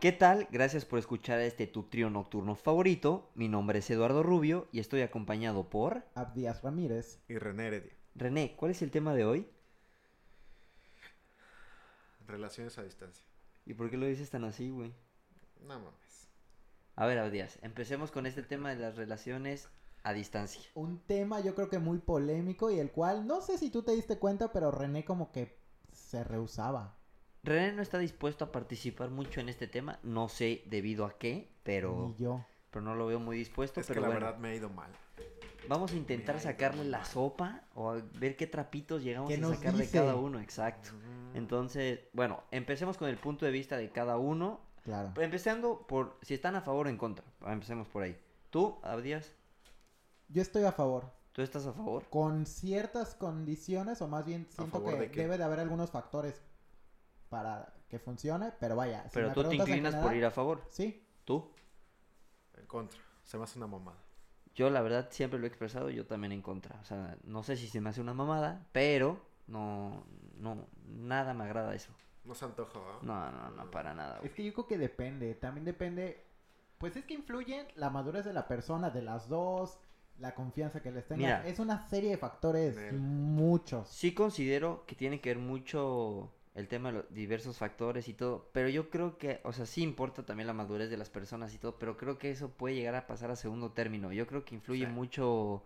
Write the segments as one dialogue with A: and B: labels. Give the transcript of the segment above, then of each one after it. A: ¿Qué tal? Gracias por escuchar a este tu trío nocturno favorito. Mi nombre es Eduardo Rubio y estoy acompañado por
B: Abdías Ramírez.
C: Y René Heredia.
A: René. ¿Cuál es el tema de hoy?
C: Relaciones a distancia.
A: ¿Y por qué lo dices tan así, güey?
C: No mames.
A: A ver, Abdías, empecemos con este tema de las relaciones a distancia.
B: Un tema yo creo que muy polémico y el cual no sé si tú te diste cuenta, pero René como que se rehusaba.
A: René no está dispuesto a participar mucho en este tema, no sé debido a qué, pero,
B: Ni yo.
A: pero no lo veo muy dispuesto.
C: es que
A: pero
C: la
A: bueno.
C: verdad me ha ido mal.
A: Vamos a intentar
C: Mira, ahí
A: sacarle
C: está.
A: la sopa o a ver qué trapitos llegamos
B: ¿Qué
A: a
B: nos
A: sacar de
B: dice?
A: cada uno, exacto.
C: Mm.
A: Entonces, bueno, empecemos con el punto de vista de cada uno.
B: Claro.
A: Empezando por si están a favor o en contra. Empecemos por ahí. ¿Tú, Abdías,
B: Yo estoy a favor.
A: tú estás a favor?
B: Con ciertas condiciones, o más bien siento
C: favor
B: que
C: de qué?
B: debe de haber algunos factores para que funcione, pero vaya. si
A: Pero
B: me
A: tú te
B: preguntas en
A: inclinas por
B: general,
A: ir a favor.
B: Sí,
A: ¿Tú?
C: En contra. Se me hace una mamada.
A: Yo, la verdad, siempre lo he expresado, yo también en contra. O sea, no sé si se me hace una mamada, pero no, no, nada me agrada eso.
C: No se antoja, ¿va?
A: No, no, no, para nada. güey.
B: Es que yo creo que depende, también depende, pues es que influyen la madurez de la persona, de las dos, la confianza que les tenga.
A: Mira.
B: es una serie de factores,
C: Nel.
B: muchos.
A: Sí considero que tiene que ver mucho el tema de los diversos factores y todo, pero yo creo que, o sea, sí importa también la madurez de las personas y todo, pero creo que eso puede llegar a pasar a segundo término. Yo creo que influye
C: Sí.
A: mucho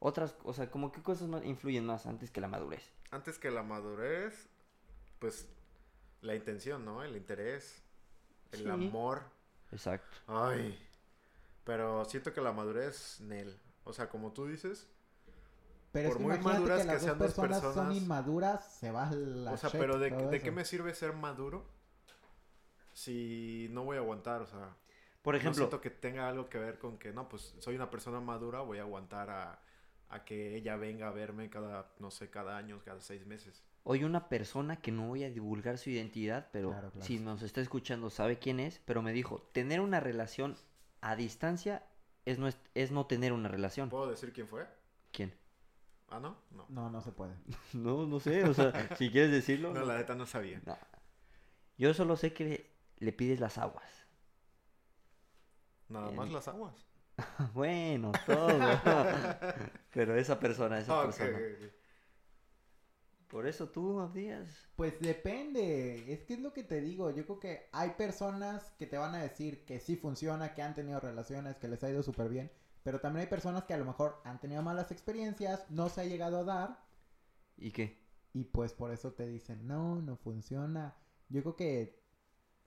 A: otras, o sea, como qué cosas más influyen más antes que la madurez.
C: Antes que la madurez, pues la intención, ¿no? El interés, el
A: Sí.
C: amor.
A: Exacto.
C: Ay. Pero siento que la madurez, Nel. O sea, como tú dices,
B: Pero
C: por
B: es que
C: muy
B: imagínate
C: maduras
B: que las
C: que
B: dos
C: sean dos
B: personas, son
C: personas-
B: inmaduras, se va la
C: o sea,
B: shit
C: pero de,
B: todo
C: ¿de
B: eso.
C: qué me sirve ser maduro si no voy a aguantar? O sea,
A: Por
C: no
A: ejemplo,
C: siento que tenga algo que ver con que, no, pues soy una persona madura, voy a aguantar a, a que ella venga a verme cada, no sé, cada año, cada seis meses.
A: hoy una persona que no voy a divulgar su identidad, pero
B: Claro, claro.
A: si nos está escuchando sabe quién es, pero me dijo, tener una relación a distancia es no, es, es no tener una relación.
C: ¿Puedo decir quién fue?
A: ¿Quién?
C: Ah, no, no.
B: No, no se puede.
A: No, no sé, o sea, si quieres decirlo.
C: No,
A: no.
C: la neta no sabía.
A: No. Yo solo sé que le pides las aguas.
C: Nada
A: Bien.
C: más las aguas.
A: Bueno, todo. Pero esa persona, esa
C: Ah, ok,
A: persona.
C: ok, ok.
A: Por eso tú, Abdías.
B: Pues depende, es que es lo que te digo, yo creo que hay personas que te van a decir que sí funciona, que han tenido relaciones, que les ha ido súper bien, pero también hay personas que a lo mejor han tenido malas experiencias, no se ha llegado a dar
A: ¿Y qué?
B: Y pues por eso te dicen, no, no funciona. Yo creo que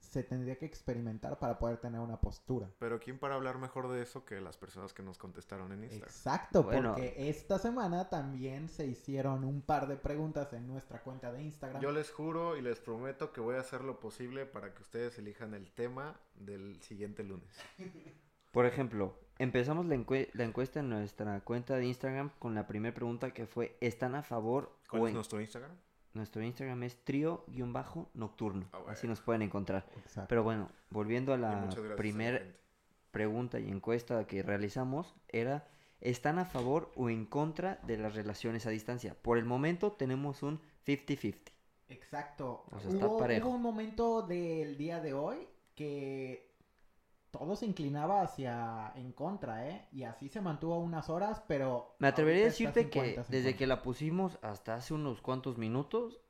B: se tendría que experimentar para poder tener una postura.
C: Pero ¿quién para hablar mejor de eso que las personas que nos contestaron en Instagram?
B: Exacto,
A: Bueno.
B: porque esta semana también se hicieron un par de preguntas en nuestra cuenta de Instagram.
C: Yo les juro y les prometo que voy a hacer lo posible para que ustedes elijan el tema del siguiente lunes.
A: Por ejemplo, empezamos la, encue- la encuesta en nuestra cuenta de Instagram con la primera pregunta que fue: ¿están a favor
C: ¿Cuál
A: o
C: es
A: en-
C: nuestro Instagram?
A: Nuestro Instagram es trío-nocturno.
C: Ah, bueno.
A: Así nos pueden encontrar.
B: Exacto.
A: Pero bueno, volviendo a
C: Y
A: la
C: muchas gracias a la
A: primera
C: gente.
A: pregunta y encuesta que realizamos era ¿están a favor o en contra de las relaciones a distancia? Por el momento tenemos un 50-50.
B: Exacto.
A: O sea, está
B: hubo,
A: parejo.
B: hubo un momento del día de hoy que todo se inclinaba hacia en contra, ¿eh? Y así se mantuvo unas horas, pero...
A: Me atrevería a
B: ahorita está
A: decirte que
B: 50-50.
A: desde que la pusimos hasta hace unos cuantos minutos,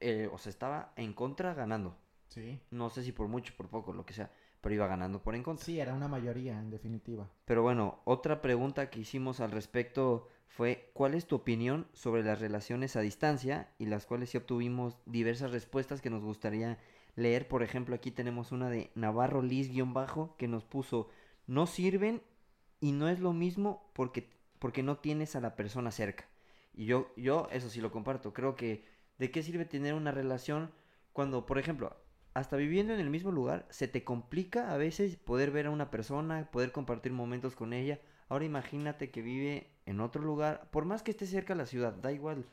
A: eh, o sea, estaba en contra ganando.
B: Sí.
A: No sé si por mucho, por poco, lo que sea, pero iba ganando por en contra.
B: Sí, era una mayoría, en definitiva.
A: Pero bueno, otra pregunta que hicimos al respecto fue ¿cuál es tu opinión sobre las relaciones a distancia? Y las cuales sí obtuvimos diversas respuestas que nos gustaría leer. Por ejemplo, aquí tenemos una de Navarro Liz-bajo que nos puso no sirven y no es lo mismo porque, porque no tienes a la persona cerca. Y yo, yo eso sí lo comparto. Creo que de qué sirve tener una relación cuando, por ejemplo, hasta viviendo en el mismo lugar, se te complica a veces poder ver a una persona, poder compartir momentos con ella. Ahora imagínate que vive en otro lugar, por más que esté cerca de la ciudad, da igual.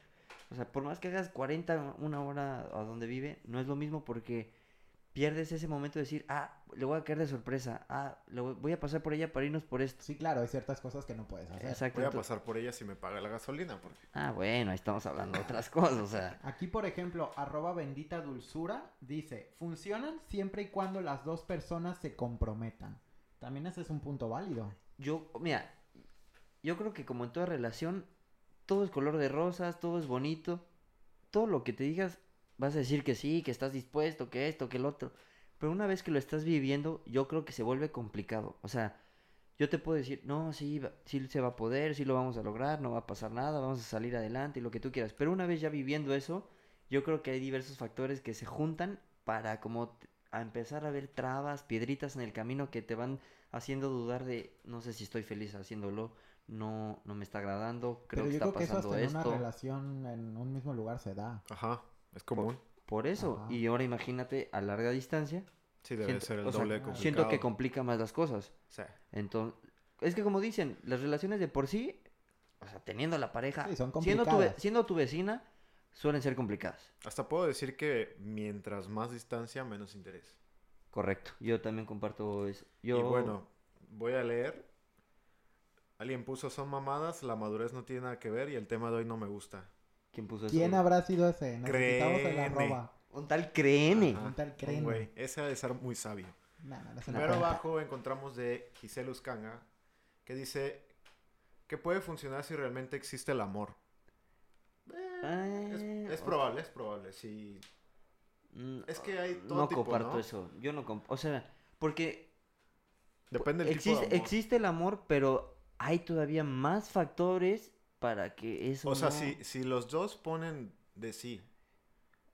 A: O sea, por más que hagas 40, una hora a donde vive, no es lo mismo porque pierdes ese momento de decir, ah, le voy a caer de sorpresa, ah, le voy- voy a pasar por ella para irnos por esto.
B: Sí, claro, hay ciertas cosas que no puedes hacer.
A: Exacto.
C: Voy a
A: entonces-
C: pasar por ella si me paga la gasolina, porque
A: Ah, bueno, ahí estamos hablando de otras cosas, o sea.
B: Aquí, por ejemplo, arroba bendita dulzura dice, funcionan siempre y cuando las dos personas se comprometan. También ese es un punto válido.
A: Yo, mira, yo creo que como en toda relación, todo es color de rosas, todo es bonito. Todo lo que te digas, vas a decir que sí, que estás dispuesto, que esto, que el otro. Pero una vez que lo estás viviendo, yo creo que se vuelve complicado. O sea, yo te puedo decir, no, sí, va- sí se va a poder, sí lo vamos a lograr, no va a pasar nada, vamos a salir adelante y lo que tú quieras. Pero una vez ya viviendo eso, yo creo que hay diversos factores que se juntan para como t- a empezar a ver trabas, piedritas en el camino que te van haciendo dudar de, no sé si estoy feliz haciéndolo, no, no me está agradando, creo
B: Pero
A: que
B: yo
A: está
B: creo que eso
A: pasando
B: hasta en una
A: esto.
B: relación en un mismo lugar se da.
C: Ajá, es común.
A: Por eso,
B: Ajá.
A: y ahora imagínate a larga distancia,
C: Sí, debe
A: Siento-
C: ser el
A: o sea,
C: doble de
B: siento
C: complicado.
A: siento que complica más las cosas.
C: Sí.
A: Entonces, es que como dicen, las relaciones de por sí, o sea, teniendo la pareja,
B: Sí, son
A: siendo, tu, ve-
B: complicadas.
A: siendo tu vecina, suelen ser complicadas.
C: Hasta puedo decir que mientras más distancia, menos interés.
A: Correcto. Yo también comparto eso. Yo,
C: Y bueno, voy a leer. Alguien puso son mamadas, la madurez no tiene nada que ver y el tema de hoy no me gusta.
A: ¿quién puso eso?
B: ¿Quién habrá sido ese? Necesitamos el
C: Créeme.
B: arroba.
A: Un tal creene.
C: Ajá,
B: Un tal
C: un
B: crema.
C: güey. Ese ha de ser muy sabio.
B: Nah, nah, no se la
C: Primero
B: cuenta.
C: abajo encontramos de Giselle Uscanga, que dice que puede funcionar si realmente existe el amor. Es,
A: Eh,
C: es
A: o-
C: probable, es probable. Si
A: mm,
C: es que hay todo
A: No
C: tipo,
A: comparto
C: ¿no?
A: eso. Yo no comparto. O sea, porque
C: depende del
A: Pues, existe,
C: tipo de amor.
A: existe el amor, pero hay todavía más factores para que eso.
C: O sea,
A: no-
C: si, si los dos ponen de sí,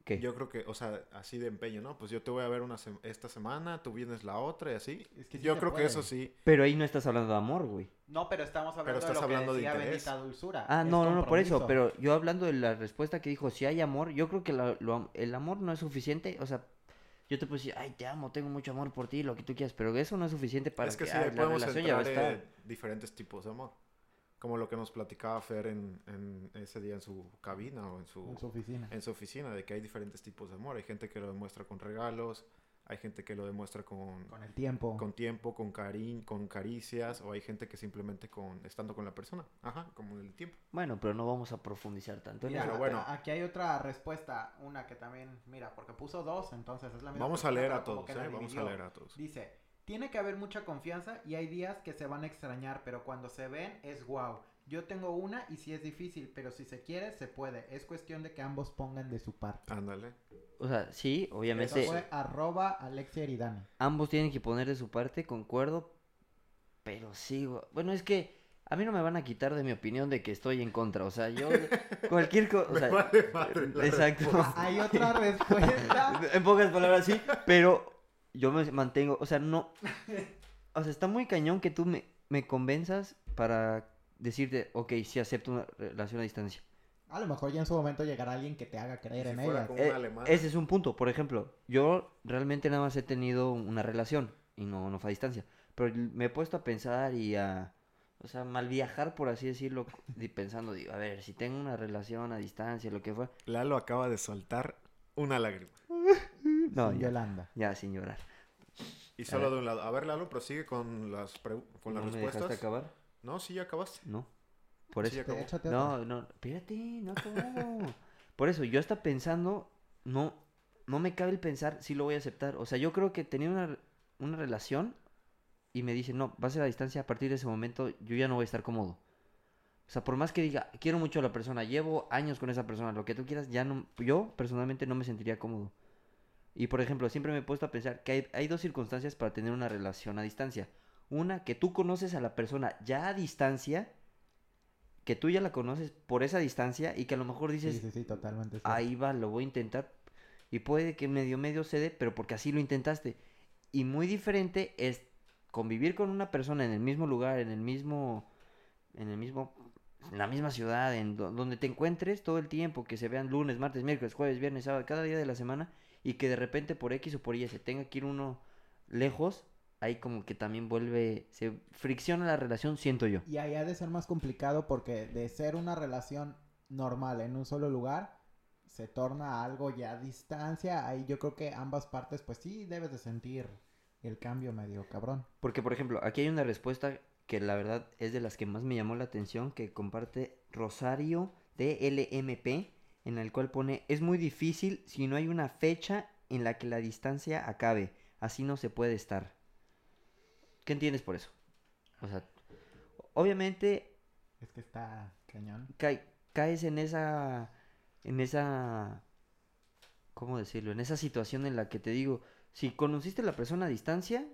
A: ¿Qué?
C: yo creo que, o sea, así de empeño, ¿no? Pues yo te voy a ver una sem- esta semana, tú vienes la otra y así.
B: Es que sí
C: yo
B: se
C: creo
B: puede.
C: que eso sí.
A: Pero ahí no estás hablando de amor, güey.
B: No, pero estamos hablando
C: estás
B: de lo
C: hablando
B: que
C: de
B: decía
C: interés.
B: Bendita Dulzura.
A: Ah,
B: es
A: no, no, no, por eso,
B: compromiso.
A: pero yo hablando de la respuesta que dijo, si hay amor, yo creo que la- lo am- el amor no es suficiente, o sea, yo te puedo decir, ay, te amo, tengo mucho amor por ti, lo que tú quieras, pero eso no es suficiente para
C: es que, sí,
A: ah,
C: ahí
A: la
C: podemos
A: relación ya va a
C: entrar
A: estar.
C: en diferentes tipos de amor. Como lo que nos platicaba Fer en, en ese día en su cabina o en su,
B: En su oficina.
C: en su oficina, de que hay diferentes tipos de amor. Hay gente que lo demuestra con regalos, hay gente que lo demuestra con,
B: Con el tiempo.
C: con tiempo, con cariño, con caricias, o hay gente que simplemente con estando con la persona. Ajá, como el tiempo.
A: Bueno, pero no vamos a profundizar tanto en
B: Mira,
A: eso.
C: Pero bueno.
B: a- aquí hay otra respuesta, una que también, mira, porque puso dos, entonces es la misma.
C: Vamos a leer
B: persona,
C: a
B: pero como
C: todos,
B: que la
C: ¿eh? Vamos a
B: dividió.
C: leer a todos.
B: Dice, tiene que haber mucha confianza y hay días que se van a extrañar, pero cuando se ven es wow. Yo tengo una y si es difícil, pero si se quiere, se puede. Es cuestión de que ambos pongan de su parte.
C: Ándale.
A: O sea, sí,
B: Eso
A: obviamente,
B: fue arroba Alexia Eridani.
A: ambos tienen que poner de su parte, concuerdo, pero sí, güey, bueno, es que a mí no me van a quitar de mi opinión de que estoy en contra, o sea, yo cualquier cosa,
C: Me vale
A: eh,
C: madre la
A: exacto.
C: respuesta.
B: Hay otra respuesta.
A: En pocas palabras, sí, pero yo me mantengo, o sea, no. O sea, está muy cañón que tú me, me convenzas para decirte, ok, sí acepto una relación a distancia.
B: A lo mejor ya en su momento llegará alguien que te haga creer
C: Si
B: en
C: fuera
B: ella.
C: con-
A: Eh,
C: Una alemana.
A: ese es un punto, por ejemplo, yo realmente nada más he tenido una relación y no, no fue a distancia, pero me he puesto a pensar y a, o sea, mal viajar, por así decirlo, y pensando, digo, a ver, si tengo una relación a distancia, lo que fue,
C: Lalo acaba de soltar una lágrima.
A: no,
B: sin
A: ya,
B: Yolanda.
A: ya sin llorar.
C: Y solo
A: ver.
C: de un lado. A ver, Lalo, prosigue con las, pregu- con las
A: Eh. ¿No me dejaste
C: respuestas.
A: acabar?
C: No, sí, ya acabaste.
A: No, por eso.
C: Sí, ya acabó.
B: Échate otra.
A: No, no, espérate, no acabo. Por eso, yo hasta pensando, no, no me cabe el pensar si lo voy a aceptar. O sea, yo creo que tenía una, una relación y me dicen, no, va a ser a distancia, a partir de ese momento yo ya no voy a estar cómodo. O sea, por más que diga, quiero mucho a la persona, llevo años con esa persona, lo que tú quieras, ya no, yo personalmente no me sentiría cómodo. Y por ejemplo, siempre me he puesto a pensar que hay, hay dos circunstancias para tener una relación a distancia. Una, que tú conoces a la persona ya a distancia, que tú ya la conoces por esa distancia y que a lo mejor
B: Sí,
A: dices,
B: sí, sí, totalmente. sí.
A: ahí va, lo voy a intentar. Y puede que medio medio cede, pero porque así lo intentaste. Y muy diferente es convivir con una persona en el mismo lugar, en el mismo, en el mismo, en la misma ciudad, en do- donde te encuentres todo el tiempo, que se vean lunes, martes, miércoles, jueves, viernes, sábado, cada día de la semana, y que de repente por X o por Y se tenga que ir uno lejos, ahí como que también vuelve, se fricciona la relación, siento yo.
B: Y ahí ha de ser más complicado porque de ser una relación normal en un solo lugar, se torna algo ya a distancia, ahí yo creo que ambas partes pues sí debes de sentir el cambio medio cabrón.
A: Porque, por ejemplo, aquí hay una respuesta que la verdad es de las que más me llamó la atención, que comparte Rosario DLMP, en el cual pone, es muy difícil si no hay una fecha en la que la distancia acabe, así no se puede estar. ¿Qué entiendes por eso? O sea, obviamente
B: Es que está cañón.
A: ca- caes en esa en esa ¿cómo decirlo? En esa situación en la que te digo, si conociste a la persona a distancia,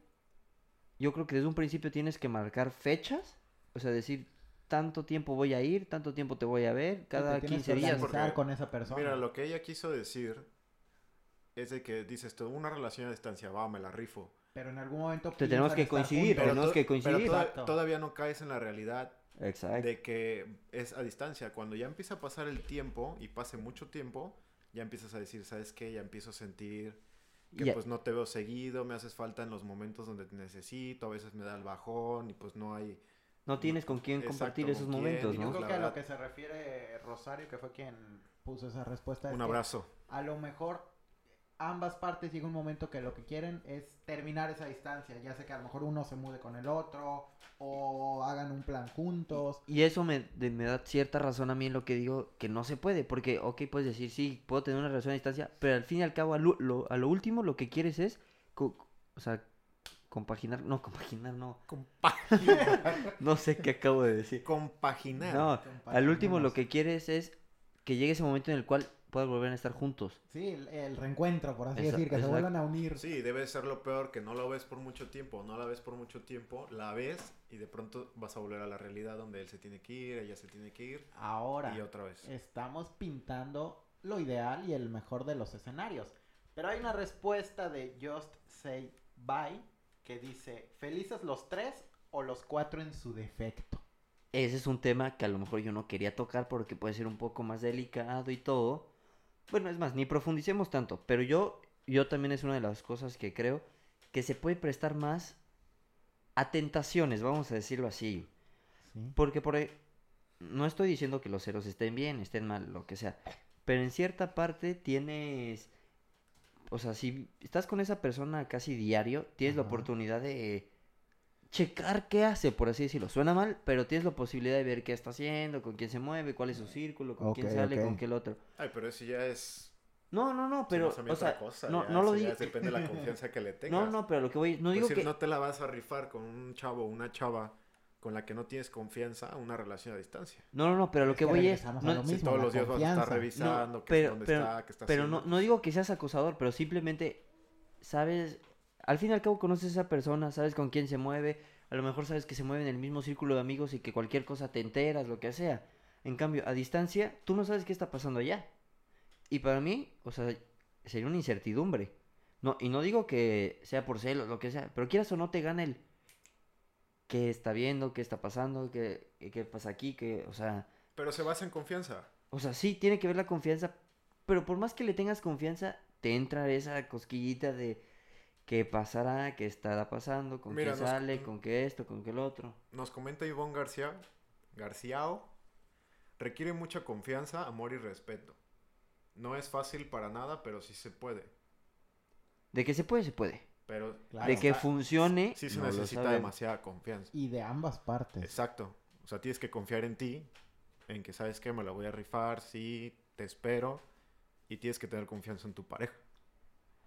A: yo creo que desde un principio tienes que marcar fechas, o sea, decir tanto tiempo voy a ir, tanto tiempo te voy a ver, cada
B: Te tienes que
A: 15 días.
C: organizar.
B: organizar
C: porque-
B: con esa persona.
C: Mira, lo que ella quiso decir es de que dices tú, una relación a distancia, va, me la rifo.
B: Pero en algún momento
A: Te tenemos
B: piensan
A: que
B: estar
A: coincidir,
B: juntos.
A: Tenemos
C: to-
A: que coincidir.
C: pero toda-
B: Exacto.
C: todavía no caes en la realidad
A: Exacto.
C: de que es a distancia. Cuando ya empieza a pasar el tiempo y pase mucho tiempo, ya empiezas a decir, ¿sabes qué? Ya empiezo a sentir que
A: Y a-
C: pues no te veo seguido, me haces falta en los momentos donde te necesito, a veces me da el bajón y pues no hay...
A: no tienes con quién
C: Exacto,
A: compartir
C: ¿con
A: esos
C: quién?
A: momentos,
C: Y
B: Yo
A: pues, ¿no?
B: creo
C: La
B: que a lo
C: verdad.
B: que se refiere Rosario, que fue quien puso esa respuesta. es
C: Un
B: que
C: abrazo.
B: A lo mejor ambas partes llega un momento que lo que quieren es terminar esa distancia. Ya sea que a lo mejor uno se mude con el otro o hagan un plan juntos.
A: Y eso me, de- me da cierta razón a mí en lo que digo que no se puede, porque, ok, puedes decir, sí, puedo tener una relación a distancia, pero al fin y al cabo, a lo, lo- a lo último, lo que quieres es, co- o sea, compaginar, no, compaginar, no, no sé qué acabo de decir.
C: Compaginar.
A: No, al último lo que quieres es que llegue ese momento en el cual puedas volver a estar juntos.
B: Sí, el, el reencuentro, por así
A: Esa-
B: decir, que se
A: exacto.
B: vuelvan a unir.
C: Sí, debe ser lo peor, que no la ves por mucho tiempo, no la ves por mucho tiempo, la ves y de pronto vas a volver a la realidad donde él se tiene que ir, ella se tiene que ir
B: Ahora.
C: y otra vez.
A: eh,
B: estamos pintando lo ideal y el mejor de los escenarios. Pero hay una respuesta de Just Say Bye que dice, felices los tres o los cuatro en su defecto.
A: Ese es un tema que a lo mejor yo no quería tocar porque puede ser un poco más delicado y todo. Bueno, es más, ni profundicemos tanto, pero yo, yo también es una de las cosas que creo que se puede prestar más a tentaciones, vamos a decirlo así. Porque por ahí, no estoy diciendo que los ceros estén bien, estén mal, lo que sea. Pero en cierta parte tienes, o sea, si estás con esa persona casi diario, tienes la
B: Ajá.
A: oportunidad de checar qué hace, por así decirlo. Suena mal, pero tienes la posibilidad de ver qué está haciendo, con quién se mueve, cuál es su círculo, con quién
B: Ok,
A: sale,
B: ok.
A: con qué el otro.
C: Ay, pero eso ya es...
A: No, no, no,
C: se me
A: pero,
C: hace a mí
A: o
C: otra
A: sea,
C: cosa,
A: no,
C: ya,
A: no lo
C: eso ya
A: digo.
C: es- depende de la confianza que le tengas.
A: No, no, pero lo que voy, no
C: Por
A: digo
C: decir,
A: que...
C: Pues no te la vas a rifar con un chavo o una chava con la que no tienes confianza, una relación a distancia.
A: No, no, no, pero lo
B: Es
A: que
B: que
A: voy es...
B: regresamos a
A: no-
B: lo
C: Si
B: mismo,
C: todos
B: la
C: los días vas a
B: confianza.
C: estar revisando
A: No,
C: qué es
A: pero-
C: dónde
A: pero-
C: está, qué está
A: Pero no,
C: haciendo.
A: no digo que seas acosador, pero simplemente sabes, al fin y al cabo conoces a esa persona, sabes con quién se mueve, a lo mejor sabes que se mueve en el mismo círculo de amigos y que cualquier cosa te enteras, lo que sea. En cambio, a distancia, tú no sabes qué está pasando allá. Y para mí, o sea, sería una incertidumbre. No, y no digo que sea por celos, lo que sea, pero quieras o no te gana el qué está viendo, qué está pasando, qué, qué pasa aquí, que, o sea,
C: Pero se basa en confianza.
A: o sea, sí, tiene que ver la confianza. Pero por más que le tengas confianza, te entra esa cosquillita de qué pasará, qué estará pasando, con
C: Mira,
A: qué
C: nos-
A: sale, con qué esto, con qué el otro.
C: Nos comenta Ivonne García, Garciao, requiere mucha confianza, amor y respeto. No es fácil para nada, pero sí se puede.
A: De que se puede, se puede.
C: Pero
B: Claro.
A: de que
C: Ah, está-
A: funcione.
C: sí se
A: no lo
C: necesita
A: sabemos.
C: demasiada confianza.
B: Y de ambas partes.
C: Exacto. O sea, tienes que confiar en ti, en que sabes que me la voy a rifar, sí, te espero. Y tienes que tener confianza en tu pareja.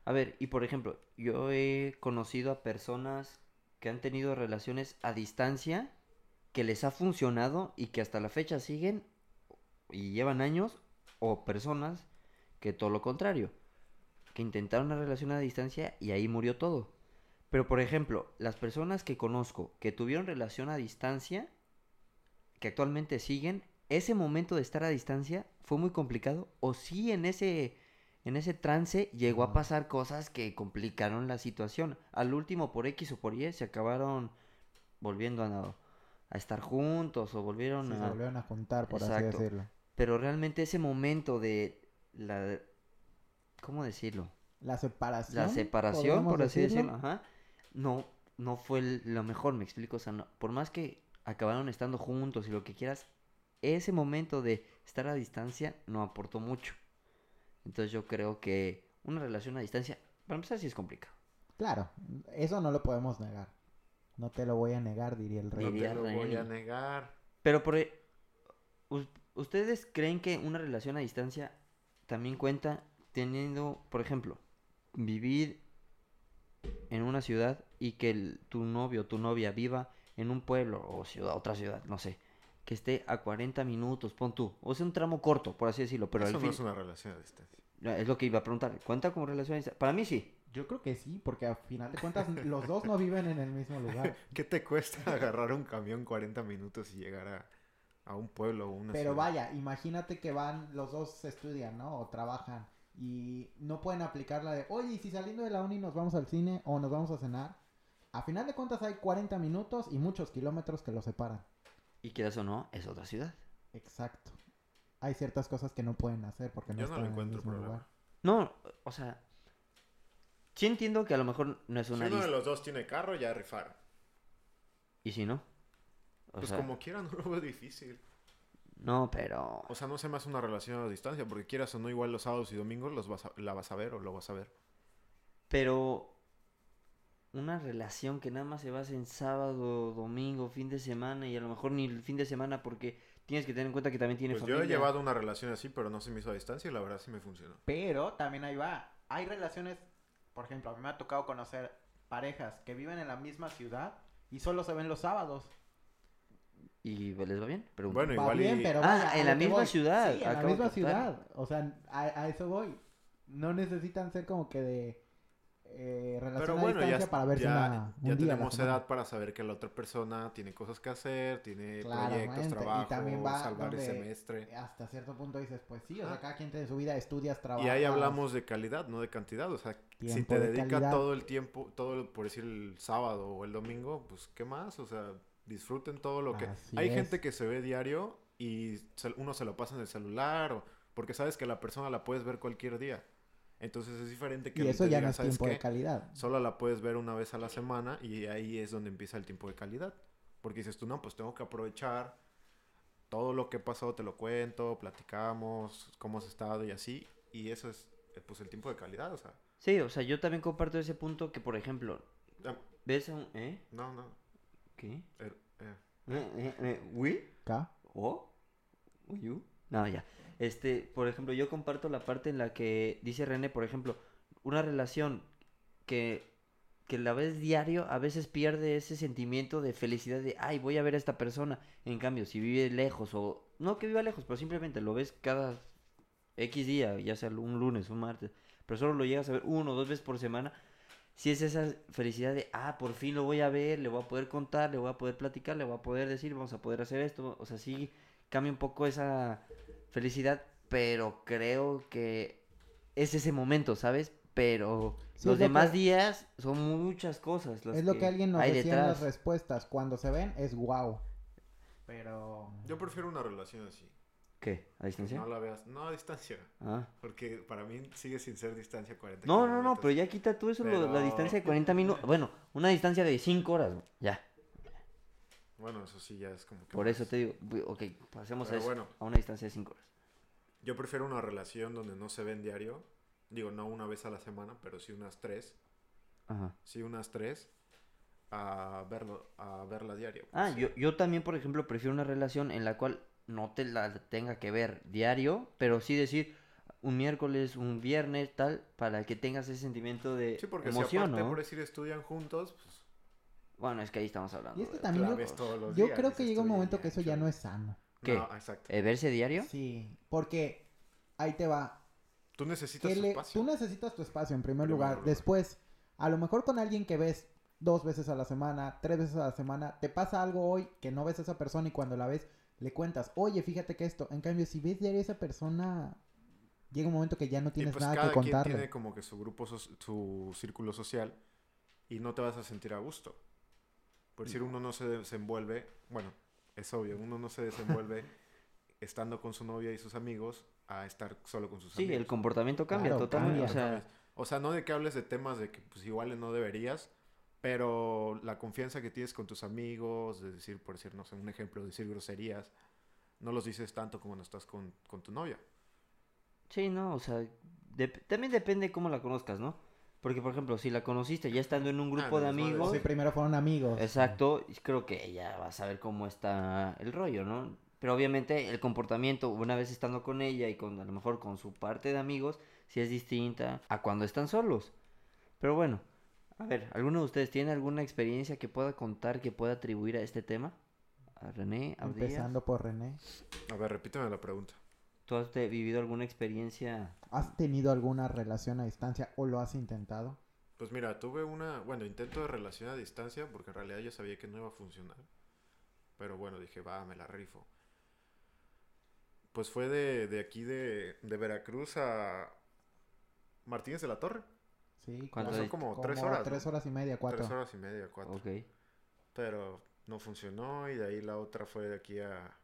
A: A ver, y por ejemplo, yo he conocido a personas que han tenido relaciones a distancia que les ha funcionado y que hasta la fecha siguen y llevan años o personas que todo lo contrario, que intentaron una relación a distancia y ahí murió todo. Pero por ejemplo, las personas que conozco que tuvieron relación a distancia, que actualmente siguen, ese momento de estar a distancia fue muy complicado o sí en ese en ese trance llegó a
B: Ajá.
A: pasar cosas que complicaron la situación. Al último por X o por Y se acabaron volviendo a, a estar juntos o volvieron
B: Sí, se
A: a
B: volvieron a juntar, por así
A: Exacto.
B: decirlo.
A: pero realmente ese momento de la ¿cómo decirlo?
B: La separación.
A: La separación,
B: podríamos
A: por así decirlo, ajá, no no fue el- lo mejor, me explico, o sea, no- por más que acabaron estando juntos y lo que quieras, ese momento de estar a distancia no aportó mucho. Entonces yo creo que una relación a distancia, para empezar, sí es complicado.
B: Claro, eso no lo podemos negar. No te lo voy a negar, diría el rey.
C: No
A: Diría
C: te lo voy
A: Rey.
C: a negar.
A: Pero por... e- us- ¿Ustedes creen que una relación a distancia también cuenta teniendo, por ejemplo, vivir en una ciudad y que el- tu novio o tu novia viva en un pueblo o ciudad, otra ciudad, no sé, que esté a 40 minutos, pon tú, o sea, un tramo corto, por así decirlo, pero
C: Eso
A: al
C: no
A: fin...
C: es una relación a distancia.
A: Es lo que iba a preguntar, ¿cuenta como relación a distancia? Para mí sí.
B: Yo creo que sí, porque al final de cuentas los dos no viven en el mismo lugar.
C: ¿Qué te cuesta agarrar un camión 40 minutos y llegar a, a un pueblo o una
B: Pero
C: ciudad?
B: vaya, imagínate que van, los dos estudian, ¿no? O trabajan y no pueden aplicar la de, oye, ¿y si saliendo de la uni nos vamos al cine o nos vamos a cenar? A final de cuentas hay 40 minutos y muchos kilómetros que los separan.
A: Y quieras o no, es otra ciudad.
B: Exacto. Hay ciertas cosas que no pueden hacer porque no
C: Yo no
B: están en
C: le
B: el
C: encuentro
B: mismo
C: problema.
B: lugar.
A: No, o sea, sí entiendo que a lo mejor no es
C: Si
A: una
C: uno de
A: dis-
C: los dos tiene carro, ya rifaron.
A: ¿Y si no? O
C: Pues
A: sea,
C: como quieran, no lo veo difícil.
A: No, pero...
C: O sea, no se me hace una relación a distancia, porque quieras o no, igual los sábados y domingos los vas a- la vas a ver o lo vas a ver.
A: Pero una relación que nada más se basa en sábado, domingo, fin de semana y a lo mejor ni el fin de semana porque tienes que tener en cuenta que también tiene
C: Pues yo
A: familia.
C: he llevado una relación así, pero no se me hizo a distancia y la verdad sí me funcionó.
B: Pero también ahí va. Hay relaciones, por ejemplo, a mí me ha tocado conocer parejas que viven en la misma ciudad y solo se ven los sábados.
A: ¿Y pues, les va bien? Pregunto.
C: Bueno, y-
B: Va
C: igual
B: bien, pero
A: Ah,
B: vaya, a
A: en
B: lo
A: la
B: que
A: misma
B: voy.
A: ciudad,
B: Sí, en la
A: acabo de
B: misma
A: captar.
B: ciudad. O sea, a, a eso voy. No necesitan ser como que de eh, relación
C: Pero
B: a
C: bueno, ya,
B: distancia para verse
C: ya-
B: una, un
C: ya
B: día a la
C: tenemos
B: semana.
C: edad para saber que la otra persona tiene cosas que hacer, tiene
B: Claramente,
C: proyectos,
B: y
C: trabajos,
B: también va
C: salvar el
B: donde-
C: semestre.
B: Hasta cierto punto dices, pues sí, o sea,
C: Ah.
B: cada quien tiene su vida, estudias, trabajas.
C: Y ahí hablamos de calidad, no de cantidad. O sea, si
B: Tiempo
C: te
B: de
C: dedica
B: calidad.
C: todo el tiempo, todo el- por decir el sábado o el domingo, pues qué más. O sea, disfruten todo lo que.
B: Así
C: Hay
B: es.
C: gente que se ve diario y se- uno se lo pasa en el celular o porque sabes que la persona la puedes ver cualquier día. Entonces es diferente que
B: Y eso
C: te
B: ya
C: digan,
B: no es
C: "¿Sabes
B: tiempo de
C: qué?
B: calidad.
C: Solo la puedes ver una vez a la semana y ahí es donde empieza el tiempo de calidad. Porque dices tú, no, pues tengo que aprovechar todo lo que pasó, te lo cuento, platicamos, cómo has estado y así. Y eso es, eh, pues, el tiempo de calidad, o sea.
A: Sí, o sea, yo también comparto ese punto que, por ejemplo,
C: ah,
A: ves a un... ¿Eh?
C: No, no.
A: ¿Qué?
C: er, eh,
A: ¿Eh, eh, eh, ¿Will?
B: Acá.
A: ¿O? ¿O you? No, ya. Este, por ejemplo, yo comparto la parte en la que dice René, por ejemplo, una relación que, que la ves diario, a veces pierde ese sentimiento de felicidad de, ay, voy a ver a esta persona. En cambio, si vive lejos o... No que viva lejos, pero simplemente lo ves cada X día, ya sea un lunes, un martes, pero solo lo llegas a ver uno o dos veces por semana. Si es esa felicidad de, ah, por fin lo voy a ver, le voy a poder contar, le voy a poder platicar, le voy a poder decir, vamos a poder hacer esto. O sea, sí cambia un poco esa felicidad, pero creo que es ese momento, ¿sabes? Pero los
B: Sí, es lo
A: demás
B: que-
A: días son muchas cosas. Las
B: Es lo que alguien nos
A: hay
B: decía en las
A: detrás.
B: respuestas. Cuando se ven, es wow. Pero.
C: Yo prefiero una relación así.
A: ¿Qué? ¿A
C: que
A: distancia?
C: No la veas. No, a distancia.
A: Ah.
C: Porque para mí sigue sin ser distancia 40
A: No, no, no,
C: kilómetros.
A: pero ya quita tú eso, lo- la
C: Pero-
A: distancia de 40 minutos. Bueno, una distancia de 5 horas, güey, ya.
C: Bueno, eso sí ya es como que.
A: Por
C: más.
A: eso te digo, güey, ok, pasemos a
C: Pero
A: eso,
C: bueno.
A: a una distancia de 5 horas.
C: Yo prefiero una relación donde no se ven diario. Digo, no una vez a la semana, pero sí unas tres.
A: Ajá.
C: sí, unas tres, a verlo, a verla diario. pues,
A: Ah,
C: Sí.
A: yo, yo también, por ejemplo, prefiero una relación en la cual no te la tenga que ver diario, pero sí decir un miércoles, un viernes, tal, para que tengas ese sentimiento de
C: Sí, porque si
A: emoción,
C: aparte
A: ¿no?
C: por decir estudian juntos, pues
A: Bueno, es que ahí estamos hablando.
B: Y es que
A: de-
B: también
C: la
B: yo-
C: ves todos los
B: Yo
C: días,
B: creo
C: dices
B: que
C: tú,
B: llega un
C: "Ya,
B: momento que eso ya
C: chale".
B: no es sano.
A: ¿Qué?
C: No, exacto.
A: ¿Eh, ¿Verse diario?
B: Sí, porque ahí te va.
C: Tú necesitas
B: que
C: tu
B: le-
C: espacio.
B: Tú necesitas tu espacio en primer
C: Primer
B: lugar.
C: lugar.
B: Después, a lo mejor con alguien que ves dos veces a la semana, tres veces a la semana, te pasa algo hoy que no ves a esa persona y cuando la ves le cuentas, oye, fíjate que esto. En cambio, si ves diario a esa persona, llega un momento que ya no
C: y
B: tienes
C: pues
B: nada
C: cada
B: que
C: quien
B: contarle.
C: tiene como que su grupo, so- su círculo social y no te vas a sentir a gusto. Por decir, uno no se desenvuelve, bueno, es obvio, uno no se desenvuelve estando con su novia y sus amigos a estar solo con sus
A: Sí,
C: amigos. Ah,
A: el comportamiento cambia
B: Claro,
A: totalmente.
B: cambia.
A: O sea,
C: O sea, no de que hables de temas de que pues igual no deberías, pero la confianza que tienes con tus amigos, de decir, por decir, no sé, un ejemplo, decir groserías, no los dices tanto como no estás con, con tu novia.
A: Sí, no, o sea, dep- también depende cómo la conozcas, ¿no? Porque, por ejemplo, si la conociste ya estando en un grupo
C: Ah, no,
A: de
C: eso de-
A: amigos,
B: Sí, primero fueron amigos.
A: exacto, y creo que ella va a saber cómo está el rollo, ¿no? Pero obviamente el comportamiento, una vez estando con ella y con a lo mejor con su parte de amigos, sí es distinta a cuando están solos. Pero bueno, a ver, ¿alguno de ustedes tiene alguna experiencia que pueda contar, que pueda atribuir a este tema? A René, a Díaz.
B: Empezando por René.
C: A ver, repíteme la pregunta.
A: ¿Tú has te- vivido alguna experiencia?
B: ¿Has tenido alguna relación a distancia o lo has intentado?
C: Pues mira, tuve una, bueno, intento de relación a distancia porque en realidad yo sabía que no iba a funcionar. Pero bueno, dije, va, me la rifo. Pues fue de, de aquí de, de Veracruz a Martínez de la Torre.
B: Sí,
A: ¿Cuánto
B: claro.
A: es?
C: Como tres horas, ¿no?
B: Tres horas y media, cuatro.
C: Tres horas y media, cuatro.
A: Ok.
C: Pero no funcionó y de ahí la otra fue de aquí a...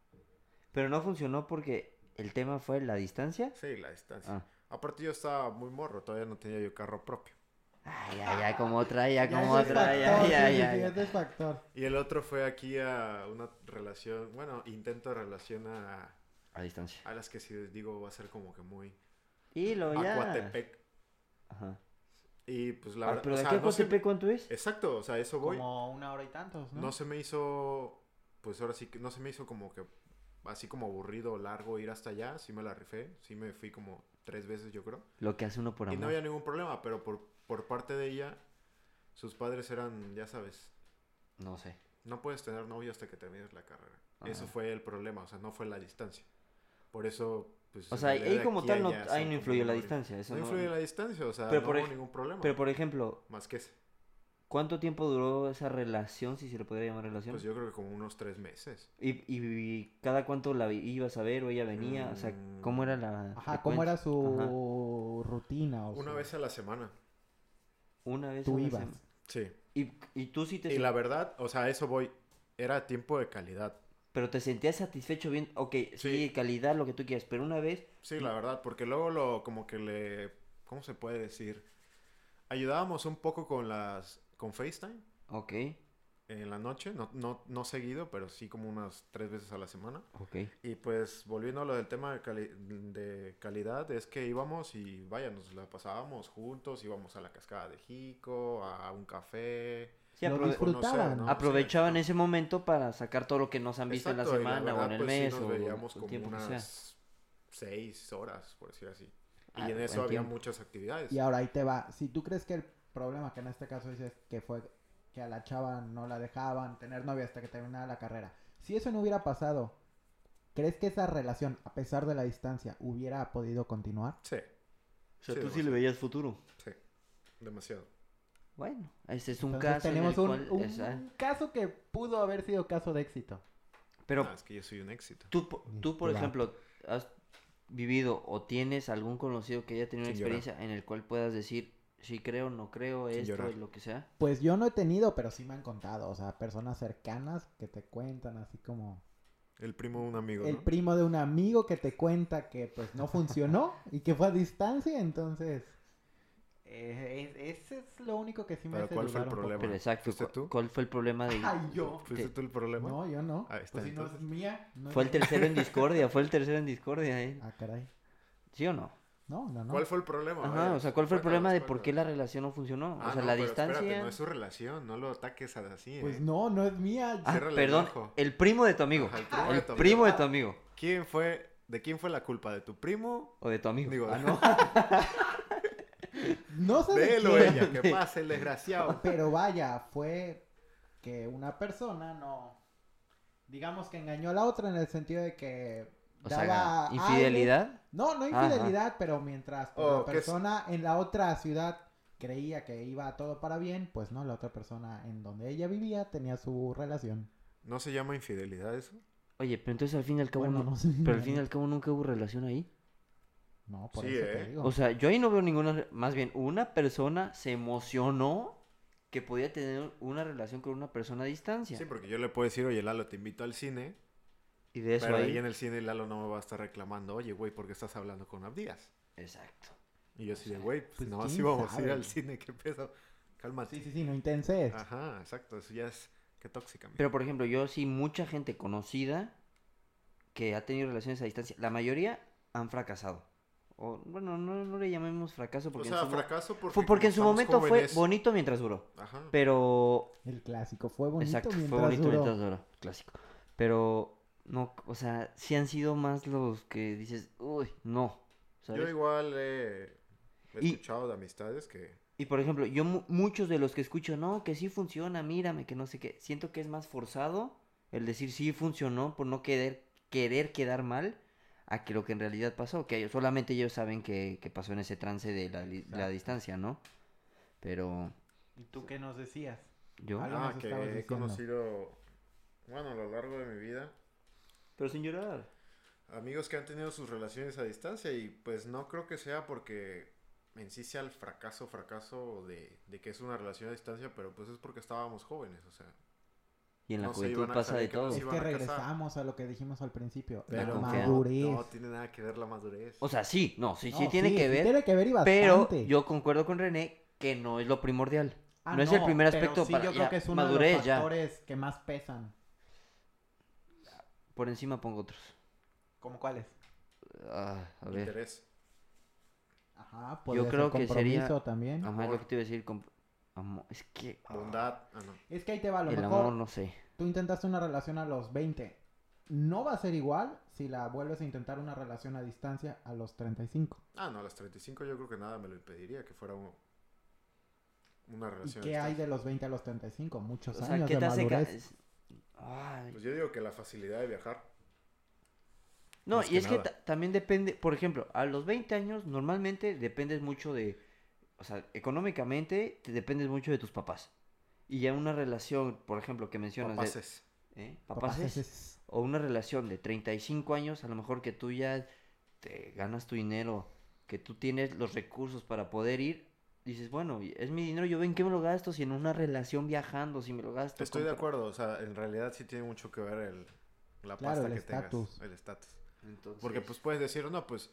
A: Pero no funcionó porque el tema fue la distancia.
C: Sí, la distancia.
A: Ah.
C: Aparte yo estaba muy morro, todavía no tenía yo carro propio.
A: Ay, ay, ay, como otra, ya,
B: Ya
A: como
B: ese es
A: otra, ya,
B: factor,
A: ya,
B: sí, sí,
A: ya,
B: sí,
A: ya.
B: ese es factor.
C: Y el otro fue aquí a una relación, bueno, intento de relación a,
A: A distancia.
C: a las que si les digo va a ser como que muy...
A: Y lo ya.
C: Acuatepec.
A: Ajá.
C: Y pues la
A: Ah,
C: verdad,
A: pero
C: o
A: de
C: sea,
A: aquí a
C: no se-
A: Coatepec, ¿cuánto es?
C: Exacto, o sea, eso voy.
B: Como una hora y tantos,
C: ¿no?
B: ¿no?
C: se me hizo, pues ahora sí que no se me hizo como que así como aburrido, largo ir hasta allá. Sí me la rifé, sí me fui como tres veces yo creo.
A: Lo que hace uno por
C: Y
A: amor.
C: no había ningún problema, pero por, por parte de ella, sus padres eran, ya sabes,
A: No sé.
C: no puedes tener novio hasta que termines la carrera. Eso
A: Ajá.
C: fue el problema, o sea, no fue la distancia. Por eso, pues...
A: O
C: en
A: sea,
C: realidad
A: ahí
C: de
A: como
C: aquí
A: tal
C: a
A: no-
C: allá
A: ahí
C: son
A: no
C: como
A: influyó la
C: una hora y-
A: distancia, eso
C: no
A: no-
C: influye la distancia, o sea,
A: Pero
C: no
A: por
C: hubo
A: ej-
C: ningún problema.
A: Pero por ejemplo,
C: Más que ese.
A: ¿cuánto tiempo duró esa relación, si se le podría llamar relación?
C: Pues yo creo que como unos tres meses.
A: ¿Y, y, y cada cuánto la vi- ibas a ver o ella venía? O sea, ¿cómo era la.
B: Ajá, ¿cómo era
A: frecuencia?
B: su rutina? o
C: Una
B: su-
C: vez a la semana.
A: Una vez
B: tú
A: a la
B: ibas.
A: sema-
C: Sí.
A: Y, y tú sí te
C: Y la verdad, o sea, eso voy. Era tiempo de calidad.
A: Pero te sentías satisfecho bien, ok, sí.
C: Sí.
A: calidad, lo que tú quieras, pero una vez,
C: Sí, la verdad, porque luego lo como que le ¿cómo se puede decir? Ayudábamos un poco con las con FaceTime
A: ok,
C: en la noche, no no no seguido, pero sí como unas tres veces a la semana.
A: ok,
C: Y pues volviendo a lo del tema de, cali- de calidad, es que íbamos y vaya, nos la pasábamos juntos, íbamos a la cascada de Jico, a un café,
A: sí,
B: Lo
A: aprove-
C: por no ser,
B: Disfrutaban.
C: ¿no? Sí,
A: aprovechaban ese momento para sacar todo lo que nos han visto
C: Exacto,
A: en
C: y
A: la semana o en
C: verdad,
A: el
C: pues, sí
A: mes
C: nos
A: o
C: veíamos
A: el
C: como
A: tiempo que sea.
C: unas seis horas, por decir así. Y
A: Ah,
C: en eso
A: buen
C: había
A: tiempo.
C: muchas actividades.
B: Y ahora ahí te va. Si tú crees que el problema, que en este caso dices que fue que a la chava no la dejaban tener novia hasta que terminara la carrera. Si eso no hubiera pasado, ¿crees que esa relación, a pesar de la distancia, hubiera podido continuar?
C: Sí,
A: O sea, tú sí
C: Sí,
A: le
C: demasiado.
A: veías futuro.
C: sí. Demasiado.
A: Bueno, ese es un
B: Entonces,
A: caso. en
B: tenemos
A: el
B: un,
A: cual-
B: un
A: esa-
B: caso que pudo haber sido caso de éxito.
A: Pero
C: Ah, es que yo soy un éxito.
A: tú, po- tú, por
B: Claro.
A: ejemplo, has vivido o tienes algún conocido que haya tenido una
C: Sin llorar.
A: experiencia en el cual puedas decir, sí creo, no creo,
C: Sin
A: esto,
C: llorar.
A: lo que sea.
B: Pues yo no he tenido, pero sí me han contado, o sea, personas cercanas que te cuentan así como
C: El primo de un amigo,
B: el
C: ¿no?
B: primo de un amigo que te cuenta que pues no funcionó y que fue a distancia, entonces eh, es- ese es lo único que sí me
C: Pero
B: hace
C: ¿cuál fue el
B: dudar un poco.
C: problema?
A: Pero
C: Bueno,
A: exacto,
C: ¿fuiste
A: cu-
C: tú?
A: ¿cuál fue el problema de...?
B: Ay, yo.
C: ¿Fuiste
A: Te-
C: tú el problema?
B: No, yo no.
C: Ahí está,
B: pues si no es
C: entonces.
B: mía, no es
A: Fue el
B: mía.
A: tercero en discordia, fue el tercero en discordia, ¿eh?
B: Ah, caray.
A: ¿Sí o no?
B: No, no, no.
C: ¿Cuál fue el problema?
A: Ajá,
C: Vaya,
A: o sea, ¿cuál fue el
C: cuéntanos,
A: problema de por
C: cuéntanos.
A: qué la relación no funcionó?
C: Ah,
A: o sea,
C: no,
A: la
C: pero espérate,
A: distancia...
C: no es su relación, no lo ataques así, ¿eh?
B: Pues no, no es mía.
A: Ah,
C: Ciérrale el
A: perdón,
C: ojo.
A: el primo de tu amigo.
C: Ajá, el primo de
A: el
C: tu amigo.
A: primo de tu amigo.
C: ¿Quién fue? ¿De quién fue la culpa? ¿De tu primo?
A: O de tu amigo.
C: Digo,
A: Ah, no.
B: No sé de
C: de él o
B: quién,
C: ella, que pase el desgraciado.
B: Pero vaya, fue que una persona no. Digamos que engañó a la otra en el sentido de que.
A: O
B: daba
A: sea,
B: aire-
A: infidelidad.
B: No, no
A: Ajá.
B: infidelidad, pero mientras pues,
C: Oh,
B: la
C: que es-
B: persona en la otra ciudad creía que iba todo para bien, pues no, la otra persona en donde ella vivía tenía su relación.
C: ¿No se llama infidelidad eso?
A: Oye, pero entonces al fin y al cabo...
B: Bueno,
A: no-
B: no sé.
A: Pero al fin y al cabo nunca hubo relación ahí.
B: No, por
C: Sí,
B: eso
C: ¿eh?
B: te digo.
A: O sea, yo ahí no veo ninguna... Más bien, una persona se emocionó que podía tener una relación con una persona a distancia.
C: Sí, porque yo le puedo decir, oye, Lalo, te invito al cine.
A: Y de eso
C: pero ahí
A: ahí...
C: en el cine Lalo no me va a estar reclamando, oye, güey, ¿por qué estás hablando con Abdías?
A: Exacto.
C: Y yo así de, güey, pues,
B: Pues,
C: no,
B: ¿quién
C: así vamos a ir
B: sabe?
C: al cine, qué pedo. Cálmate.
B: sí, sí, sí, no intenses.
C: Ajá, exacto, eso ya es, qué tóxica. amigo.
A: Pero por ejemplo, yo sí, mucha gente conocida que ha tenido relaciones a distancia, la mayoría han fracasado. O, bueno, no, no le llamemos fracaso
C: O
A: porque, en
C: sea,
A: su mo-
C: fracaso porque,
A: fue porque en su
C: como
A: momento
C: estamos jóvenes-
A: fue bonito mientras duró.
C: Ajá.
A: Pero
B: El clásico fue bonito
A: Exacto, fue
B: mientras
A: bonito
B: duró.
A: mientras duró, clásico. Pero, no, o sea, sí han sido más los que dices, uy, no, ¿sabes?
C: Yo igual eh, he
A: Y-
C: escuchado de amistades que...
A: Y por ejemplo, yo mu- muchos de los que escucho, no, que sí funciona, mírame, que no sé qué, siento que es más forzado el decir sí funcionó por no querer, querer quedar mal a que lo que en realidad pasó, que ellos- solamente ellos saben que, que pasó en ese trance de la, li- la
B: Exacto.
A: distancia, ¿no? Pero
B: ¿Y tú qué nos decías?
A: yo...
B: Algo
C: Ah,
B: nos
C: que
B: estabas
C: he
B: diciendo.
C: conocido, bueno, a lo largo de mi vida,
A: Pero sin llorar.
C: amigos que han tenido sus relaciones a distancia y pues no creo que sea porque en sí sea el fracaso, fracaso de, de que es una relación a distancia, pero pues es porque estábamos jóvenes, o sea,
A: Y en la
C: No se
A: juventud
C: iban a
A: pasa
C: saber
A: de
C: que no
A: todo.
C: se
B: Es
C: iban
B: que
C: a casar.
B: regresamos a lo que dijimos al principio.
A: La
B: la
C: pero
A: confianza.
C: no,
B: madurez.
C: no tiene nada que ver la madurez.
A: O sea, sí, no, sí, sí
B: No,
A: tiene que
B: sí
A: ver.
B: Tiene que ver y bastante.
A: Pero yo concuerdo con René que no es lo primordial.
B: Ah,
A: no es el primer
B: pero
A: aspecto
B: sí,
A: para-
B: yo
A: ya,
B: creo que es uno de
A: madurez,
B: los
A: ya.
B: factores que más pesan.
A: Por encima pongo otros.
B: ¿Como cuáles?
A: Ah, a ver.
C: Interés.
B: Ajá, podría ser
A: creo que sería-
B: compromiso también.
A: Ajá, es lo
C: amor.
A: que te iba a decir. comp- amor, es que. ah,
C: Bondad. Ah, no.
B: Es que ahí te va, a lo
A: el
B: mejor
A: amor, no sé.
B: tú intentaste una relación a los 20. No va a ser igual si la vuelves a intentar una relación a distancia a los 35.
C: Ah, no, a las 35 yo creo que nada me lo impediría que fuera un- una
B: ¿Y
C: relación. a
B: qué hay
C: distancia.
B: de los 20 a los 35? Muchos
A: O sea,
B: años
A: ¿qué te
B: de
A: hace. ca-
B: madurez.
A: es- Ay.
C: Pues yo digo que la facilidad de viajar.
A: No,
C: más
A: y
C: que
A: es que
C: nada.
A: ta- también depende. Por ejemplo, a los 20 años normalmente dependes mucho de. O sea, económicamente te dependes mucho de tus papás. Y ya una relación, por ejemplo, que mencionas. de-
C: Papaces.
A: ¿eh?
B: Papás,
A: Papaces.
B: es-
A: o una relación de 35 años, a lo mejor que tú ya te ganas tu dinero, que tú tienes los recursos para poder ir, dices, bueno, y es mi dinero, yo ven qué me lo gasto, si en una relación viajando, si me lo gasto.
C: Estoy de
A: compra-
C: acuerdo, o sea, en realidad sí tiene mucho que ver el, la
B: Claro,
C: pasta
B: el
C: que
B: estatus.
C: tengas, el estatus.
A: Entonces,
C: Porque pues puedes decir, no, pues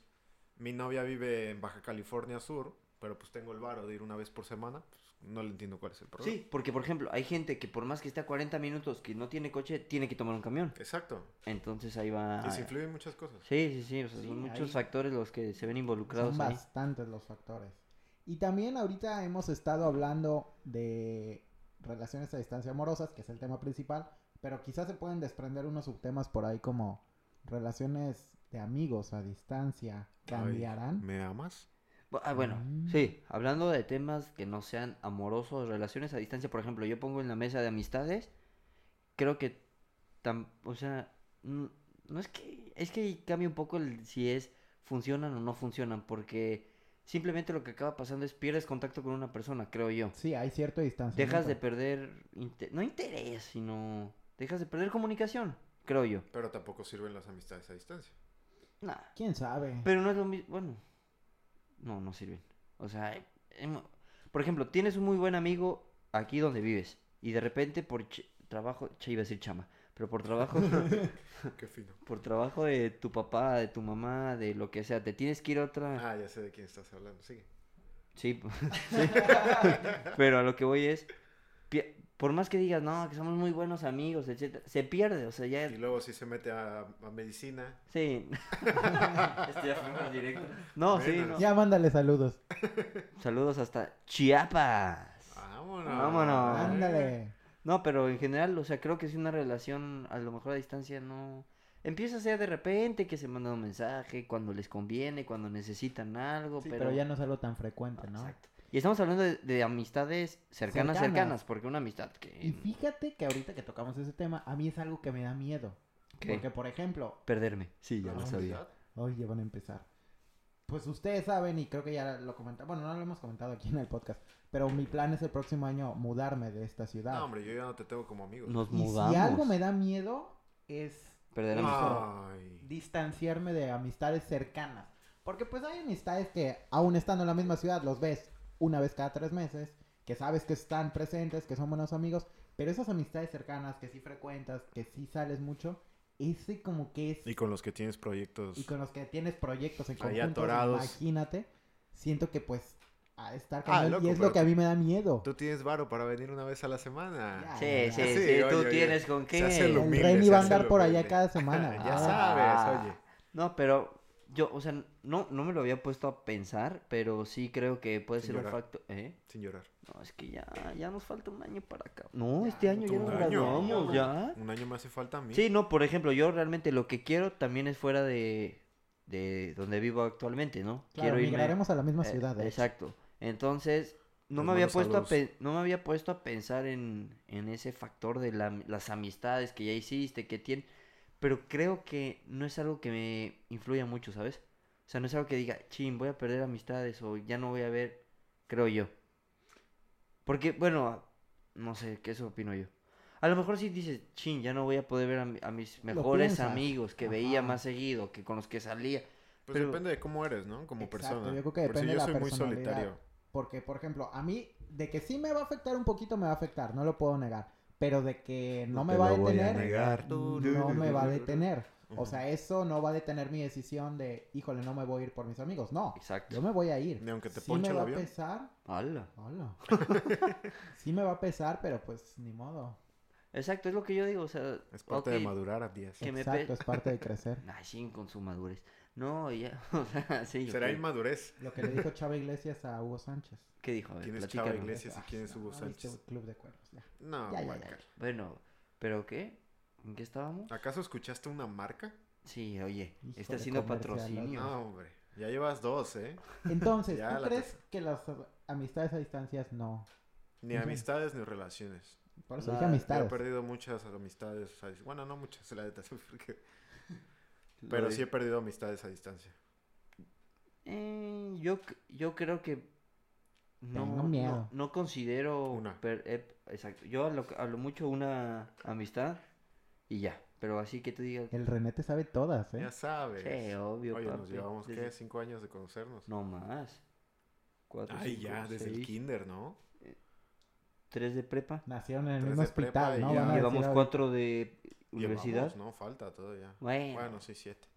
C: mi novia vive en Baja California Sur, pero pues tengo el varo de ir una vez por semana, pues, no le entiendo cuál es el problema.
A: Sí, porque por ejemplo, hay gente que por más que esté a 40 minutos, que no tiene coche, tiene que tomar un camión.
C: Exacto.
A: Entonces ahí va...
C: Y se influyen muchas cosas.
A: Sí, sí, sí, o sea,
B: Sí,
A: son muchos
B: ahí-
A: factores los que se ven
B: son
A: involucrados ahí.
B: bastantes los factores. Y también ahorita hemos estado hablando de relaciones a distancia amorosas, que es el tema principal, pero quizás se pueden desprender unos subtemas por ahí como relaciones de amigos a distancia
C: Ay,
B: cambiarán.
C: ¿Me amas?
A: Bu- Ah, bueno,
B: Mm.
A: sí, hablando de temas que no sean amorosos, relaciones a distancia, por ejemplo, yo pongo en la mesa de amistades, creo que, tam- o sea, mm, no es que, es que cambia un poco el si es, funcionan o no funcionan, porque simplemente lo que acaba pasando es pierdes contacto con una persona, creo yo.
B: Sí, hay cierto distancia.
A: Dejas de perder, inte- no interés, sino, dejas de perder comunicación, creo yo.
C: Pero tampoco sirven las amistades a distancia.
A: Nah.
B: ¿Quién sabe?
A: Pero no es lo mismo. Bueno, no, no sirven. O sea, hemo- por ejemplo, tienes un muy buen amigo aquí donde vives y de repente por ch- trabajo, che, iba a decir chama, pero por trabajo,
C: Qué fino.
A: por trabajo de tu papá, de tu mamá, de lo que sea, te tienes que ir a otra.
C: Ah, ya sé de quién estás hablando, sigue.
A: Sí, sí. pero a lo que voy es, pi- por más que digas, no, que somos muy buenos amigos, etcétera, se pierde, o sea, ya.
C: Y luego si se mete a, a medicina.
A: Sí. Este ya fue más directo. No, sí,
C: Bueno.
A: no.
B: Ya mándale saludos.
A: Saludos hasta Chiapas.
C: Vámonos.
A: Vámonos.
B: Ándale.
A: No, pero en general, o sea, creo que si una relación a lo mejor a distancia no... Empieza a ser de repente que se mandan un mensaje cuando les conviene, cuando necesitan algo,
B: Sí,
A: pero...
B: pero... ya no es algo tan frecuente,
A: Ah,
B: ¿no?
A: Exacto. Y estamos hablando de, de amistades cercanas, cercanas,
B: Cercanas.
A: porque una amistad que...
B: Y fíjate que ahorita que tocamos ese tema, a mí es algo que me da miedo.
A: ¿Qué?
B: Porque, por ejemplo,
A: Perderme. Sí,
C: La
A: ya lo sabía.
C: amistad.
B: Oye, van a empezar. Pues ustedes saben, y creo que ya lo comentamos, bueno, no lo hemos comentado aquí en el podcast, pero mi plan es el próximo año mudarme de esta ciudad.
C: No, hombre, yo ya no te tengo como amigo.
A: Nos
B: y
A: mudamos.
B: si algo me da Ah, miedo es
A: Perder la
B: eso,
A: amistad.
C: Ay.
B: distanciarme de amistades cercanas. Porque pues hay amistades que, aún estando en la misma ciudad, los ves una vez cada tres meses, que sabes que están presentes, que son buenos amigos, pero esas amistades cercanas que sí frecuentas, que sí sales mucho, ese como que es
C: Y con los que tienes proyectos.
B: y con los que tienes proyectos en
C: Pues Ahí
B: conjunto,
C: atorados.
B: imagínate, siento que pues a estar
C: Ah,
B: cañón,
C: loco,
B: y es
C: pero
B: lo que a mí me da miedo.
C: Tú tienes varo para venir una vez a la semana.
B: Ya,
A: Sí, sí,
B: Ah,
A: sí,
C: sí, oye,
A: tú
C: oye.
A: tienes con
C: hace
A: qué.
C: lo
B: El
C: humilde,
B: Reni
C: se
B: va a
C: hace
B: andar
C: lo
B: por
C: humilde.
B: allá cada semana. Ah,
C: ya
A: Ah.
C: sabes, oye.
A: No, pero Yo, o sea, no, no me lo había puesto a pensar, pero sí creo que puede
C: Sin
A: ser un
C: llorar.
A: factor. ¿Eh?
C: Sin llorar.
A: No, es que ya, ya nos falta un año para acá. No,
B: Ya,
A: este año ya
C: un
A: nos
C: año.
A: graduamos, ya.
C: Un año me hace falta a mí.
A: Sí, no, por ejemplo, yo realmente lo que quiero también es fuera de, de donde vivo actualmente, ¿no?
B: Claro,
A: quiero
B: migraremos a la misma
A: eh,
B: ciudad. de hecho.
A: exacto. Entonces, no
C: Pues
A: me, había
C: manos a
A: puesto a
C: los-
A: pe- no me había puesto a pensar en, en ese factor de la- las amistades que ya hiciste, que tienen. Pero creo que no es algo que me influya mucho, ¿sabes? O sea, no es algo que diga, chin, voy a perder amistades o ya no voy a ver, creo yo. Porque, bueno, no sé, ¿qué eso opino yo? A lo mejor si dices, chin, ya no voy a poder ver a, mi- a mis mejores
B: piensas.
A: amigos que veía
B: Ajá.
A: más seguido, que con los que salía.
C: Pues
A: pero-
C: depende de cómo eres, ¿no? Como
B: Exacto,
C: persona.
B: yo creo que
C: Por si
B: depende de
C: yo
B: la
C: soy muy
B: personalidad.
C: solitario.
B: Porque, por ejemplo, a mí, de que sí me va a afectar un poquito, me va a afectar, no lo puedo negar. Pero de que no,
C: No
B: me
C: te
B: va a
C: lo voy a
B: detener,
C: negar.
B: no me va a detener. O
C: Ujú.
B: sea, eso no va a detener mi decisión de, híjole, no me voy a ir por mis amigos. No, yo
A: Exacto.
B: me voy a ir.
C: Ni aunque te
B: sí me
C: ponche el
B: va a
C: avión.
B: pesar.
A: ¡Hala!
B: Hola. sí me va a pesar, pero pues ni modo.
A: Exacto, es lo que yo digo, o sea,
C: Es parte
A: ok,
C: de madurar a 10.
A: Que me pe-
B: Exacto, es parte de crecer.
A: Ay, sí, con su madurez. No, ya, o sea, sí.
C: Será
A: ok.
C: inmadurez.
B: Lo que le dijo Chava Iglesias a Hugo Sánchez.
A: ¿Qué dijo? A ver,
C: ¿Quién es
A: platícanos.
C: Chava Iglesias y
B: Ay,
C: quién es
B: no,
C: Hugo
B: no, viste
C: Sánchez?
B: Club de Cuervos, ya.
C: No,
B: Ya, ya,
C: guaca.
B: ya, ya.
A: Bueno, ¿pero qué? ¿En qué estábamos?
C: ¿Acaso escuchaste una marca?
A: Sí, oye,
B: Híjole,
A: está haciendo
B: comercial,
A: patrocinio.
C: No, hombre. Ya llevas dos, ¿eh?
B: Entonces,
C: Ya
B: ¿tú
C: la
B: crees que las amistades a distancias no?
C: Ni
B: Ujú.
C: amistades ni relaciones.
B: Por eso
A: La-
B: dije
C: Yo he
B: amistades.
C: perdido muchas amistades. a dis- Bueno, no muchas, la neta, porque-
A: Lo
C: Pero
A: de-
C: sí he perdido amistades a distancia.
A: Eh, yo, c- yo creo que... No,
B: Tengo
A: no-
B: miedo.
A: No, considero...
C: Una.
A: per- eh, exacto, yo a lo, a lo mucho una amistad y ya. Pero así que te diga...
B: El René te sabe todas, ¿eh?
C: Ya sabes.
A: Sí, obvio,
C: Oye, nos
A: papi,
C: llevamos, ¿qué?
A: desde-
C: Cinco años de conocernos.
A: No más. Cuatro,
C: Ay,
A: cinco,
C: ya, desde el
A: seis,
C: kinder, ¿no?
A: Tres de prepa.
B: Nacieron en el
C: Tres
B: mismo
C: de prepa
B: hospital,
C: y
B: ¿no?
C: ya.
B: Van a decir
A: Llevamos
B: ahorita-
A: cuatro de universidad.
C: Llevamos, no, falta todavía.
A: Bueno,
C: Bueno, sí, siete.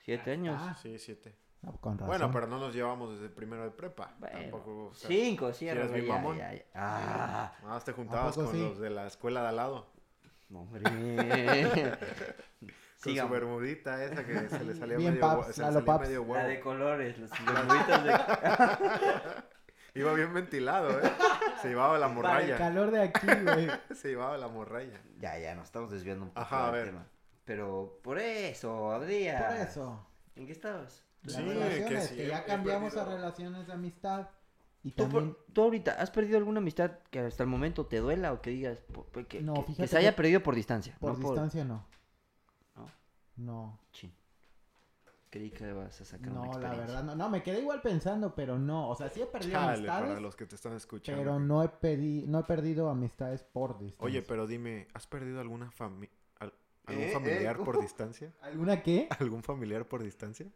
A: siete años.
B: Ah,
C: Sí, siete.
B: no, con razón.
C: Bueno, pero no nos llevamos desde primero de prepa.
A: Bueno,
C: Tampoco, o sea,
A: Cinco, sí,
C: eres
A: ahora
C: bien
A: ya,
C: mamón.
A: ya, ya. Ah,
C: Nada más te juntabas
B: poco
C: con
B: sí?
C: los de la escuela de al lado.
A: no, hombre.
C: Con su
A: Sigamos.
C: bermudita esa que se le salía
B: Bien
C: medio, hua-
B: paps,
C: se
B: a
C: le
B: lo
C: salía
B: paps.
C: medio
A: La de
C: huevo.
A: colores, las bermuditas de...
C: Iba bien ventilado, ¿eh? Se llevaba
B: Para
C: la
B: el
C: morralla.
B: calor de aquí, güey.
C: Se llevaba la morralla.
A: Ya, ya, nos estamos desviando un poco
C: Ajá, a
A: del
C: ver.
A: tema. Pero por eso, habría.
B: Por eso.
A: ¿En qué estabas?
B: Las
C: Sí, que
B: relaciones,
C: sí,
B: que,
C: he- he
B: ya cambiamos a
C: perdido.
B: relaciones de amistad. Y
A: ¿Tú, por-
B: también...
A: tú ahorita, ¿has perdido alguna amistad que hasta el momento te duela o que digas po- po- que,
B: No,
A: que- que
B: fíjate
A: se haya
B: que-
A: perdido por distancia?
B: Por
A: no
B: distancia no.
A: ¿No?
B: No.
A: Chin. Creí que vas a sacar una
B: No, la
A: experiencia.
B: verdad, no. No, me quedé igual pensando, pero no. O sea, sí he perdido
C: Chale, para
B: amistades,
C: los que te están escuchando.
B: pero no he, pedi... no he perdido amistades por distancia.
C: Oye, pero dime, ¿has perdido alguna fami- al- algún
A: Eh, eh,
C: familiar por
A: uh.
C: distancia?
B: ¿Alguna qué?
C: ¿Algún familiar por distancia?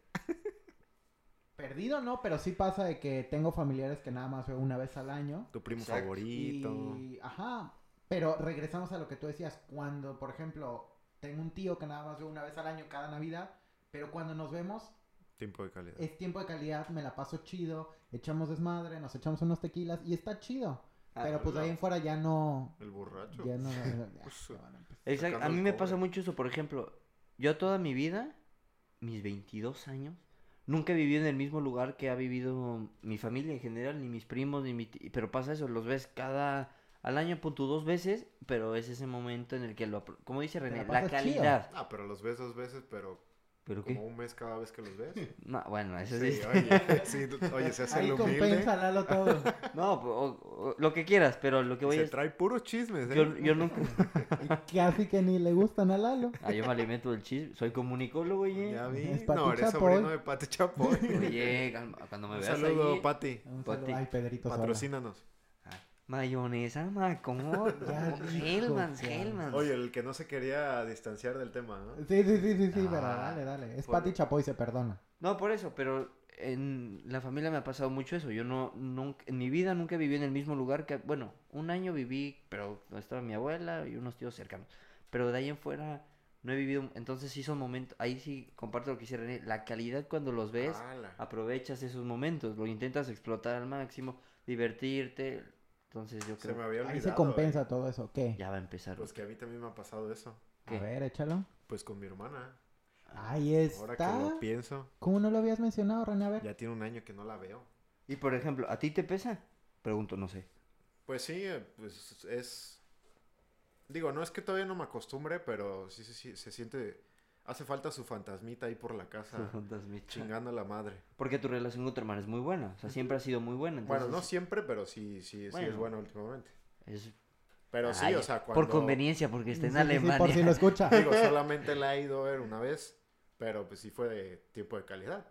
B: Perdido no, pero sí pasa de que tengo familiares que nada más veo una vez al año.
C: ¿Tu primo
A: Exacto.
C: favorito?
B: Y, ajá, pero regresamos a lo que tú decías, cuando, por ejemplo, tengo un tío que nada más veo una vez al año cada Navidad, pero cuando nos vemos
C: Tiempo de calidad.
B: es tiempo de calidad, me la paso chido, echamos desmadre, nos echamos unos tequilas y está chido.
A: Ah,
B: pero pues de ahí en fuera ya no...
C: El borracho.
B: Ya no... ya
C: Uso.
B: no van a empezar.
A: Exacto,
C: sacando
A: a mí
C: el
A: me
C: cobre.
A: pasa mucho eso, por ejemplo, yo toda mi vida, mis 22 años, nunca he vivido en el mismo lugar que ha vivido mi familia en general, ni mis primos, ni mi ti- pero pasa eso, los ves cada, al año punto dos veces, pero es ese momento en el que lo, apro- como dice
B: la
A: René, la,
B: pasas chido.
A: calidad.
C: Ah, pero los ves dos veces, pero
A: ¿Pero
C: como
A: qué?
C: un mes cada vez que los ves.
A: No, bueno, eso
C: Sí, ¿eh?
A: sí.
C: oye, sí, oye, se hace
B: Ahí
C: el humilde.
B: compensa Lalo todo.
A: No, o- o- lo que quieras, pero lo que voy
C: Se
A: es...
C: trae puros chismes, ¿eh?
A: Yo, yo nunca...
B: Y casi que ni le gustan a Lalo.
A: Ah, yo me alimento del chisme, soy comunicólogo, oye.
C: Ya vi.
B: Es Pati
C: No, eres
B: Chapoy.
C: sobrino de Pati Chapoy.
A: Oye, calma, cuando me
C: Un
A: veas
C: saludo,
A: ahí-
C: Pati.
B: Un
A: Pati,
B: saludo. Ay, Pedrito Sola.
C: Patrocínanos.
A: Mayonesa, macomor,
B: Ya dijo,
A: Hellmans,
B: cabrón.
A: Hellmans.
C: Oye, el que no se quería distanciar del tema, ¿no?
B: Sí, sí, sí, sí, sí,
A: Ah,
B: pero dale, dale. Es
A: por-
B: Pati Chapoy, se perdona.
A: No, por eso, pero en la familia me ha pasado mucho eso. Yo no, nunca, en mi vida nunca viví en el mismo lugar que, bueno, un año viví, pero donde estaba mi abuela y unos tíos cercanos. Pero de ahí en fuera no he vivido, entonces sí son momentos, ahí sí comparto lo que hicieron, la calidad cuando los ves, Ah,
C: Ala.
A: aprovechas esos momentos, lo intentas explotar al máximo, divertirte, entonces yo
C: Se
A: creo
C: me pues había olvidado.
B: Ahí se
C: eh.
B: compensa todo eso. ¿Qué?
A: ya va a empezar.
C: Pues que a mí también me ha pasado eso.
A: ¿qué?
B: A ver, échalo.
C: Pues con mi hermana.
B: Ahí
C: Ahora
B: está.
C: que lo pienso,
B: ¿Cómo no lo habías mencionado, René? A ver.
C: ya tiene un año que no la veo.
A: Y por ejemplo, ¿a ti te pesa? Pregunto, no sé.
C: Pues sí, eh, pues es... Digo, no es que todavía no me acostumbre, pero sí, sí, sí, se siente... Hace falta su fantasmita ahí por la casa,
A: Fantasmita.
C: chingando a la madre.
A: Porque tu relación con tu hermana es muy buena. O sea, siempre ha sido muy buena.
C: Bueno, no
A: entonces
C: siempre, pero sí, sí, sí es
A: Bueno.
C: bueno últimamente.
A: es-
C: Pero sí,
A: Ay,
C: o sea, cuando...
A: Por conveniencia, porque está en
B: Sí, sí, sí,
A: Alemania.
B: por si lo escucha.
C: Digo, solamente la he ido a ver una vez, pero pues sí fue de tiempo de calidad.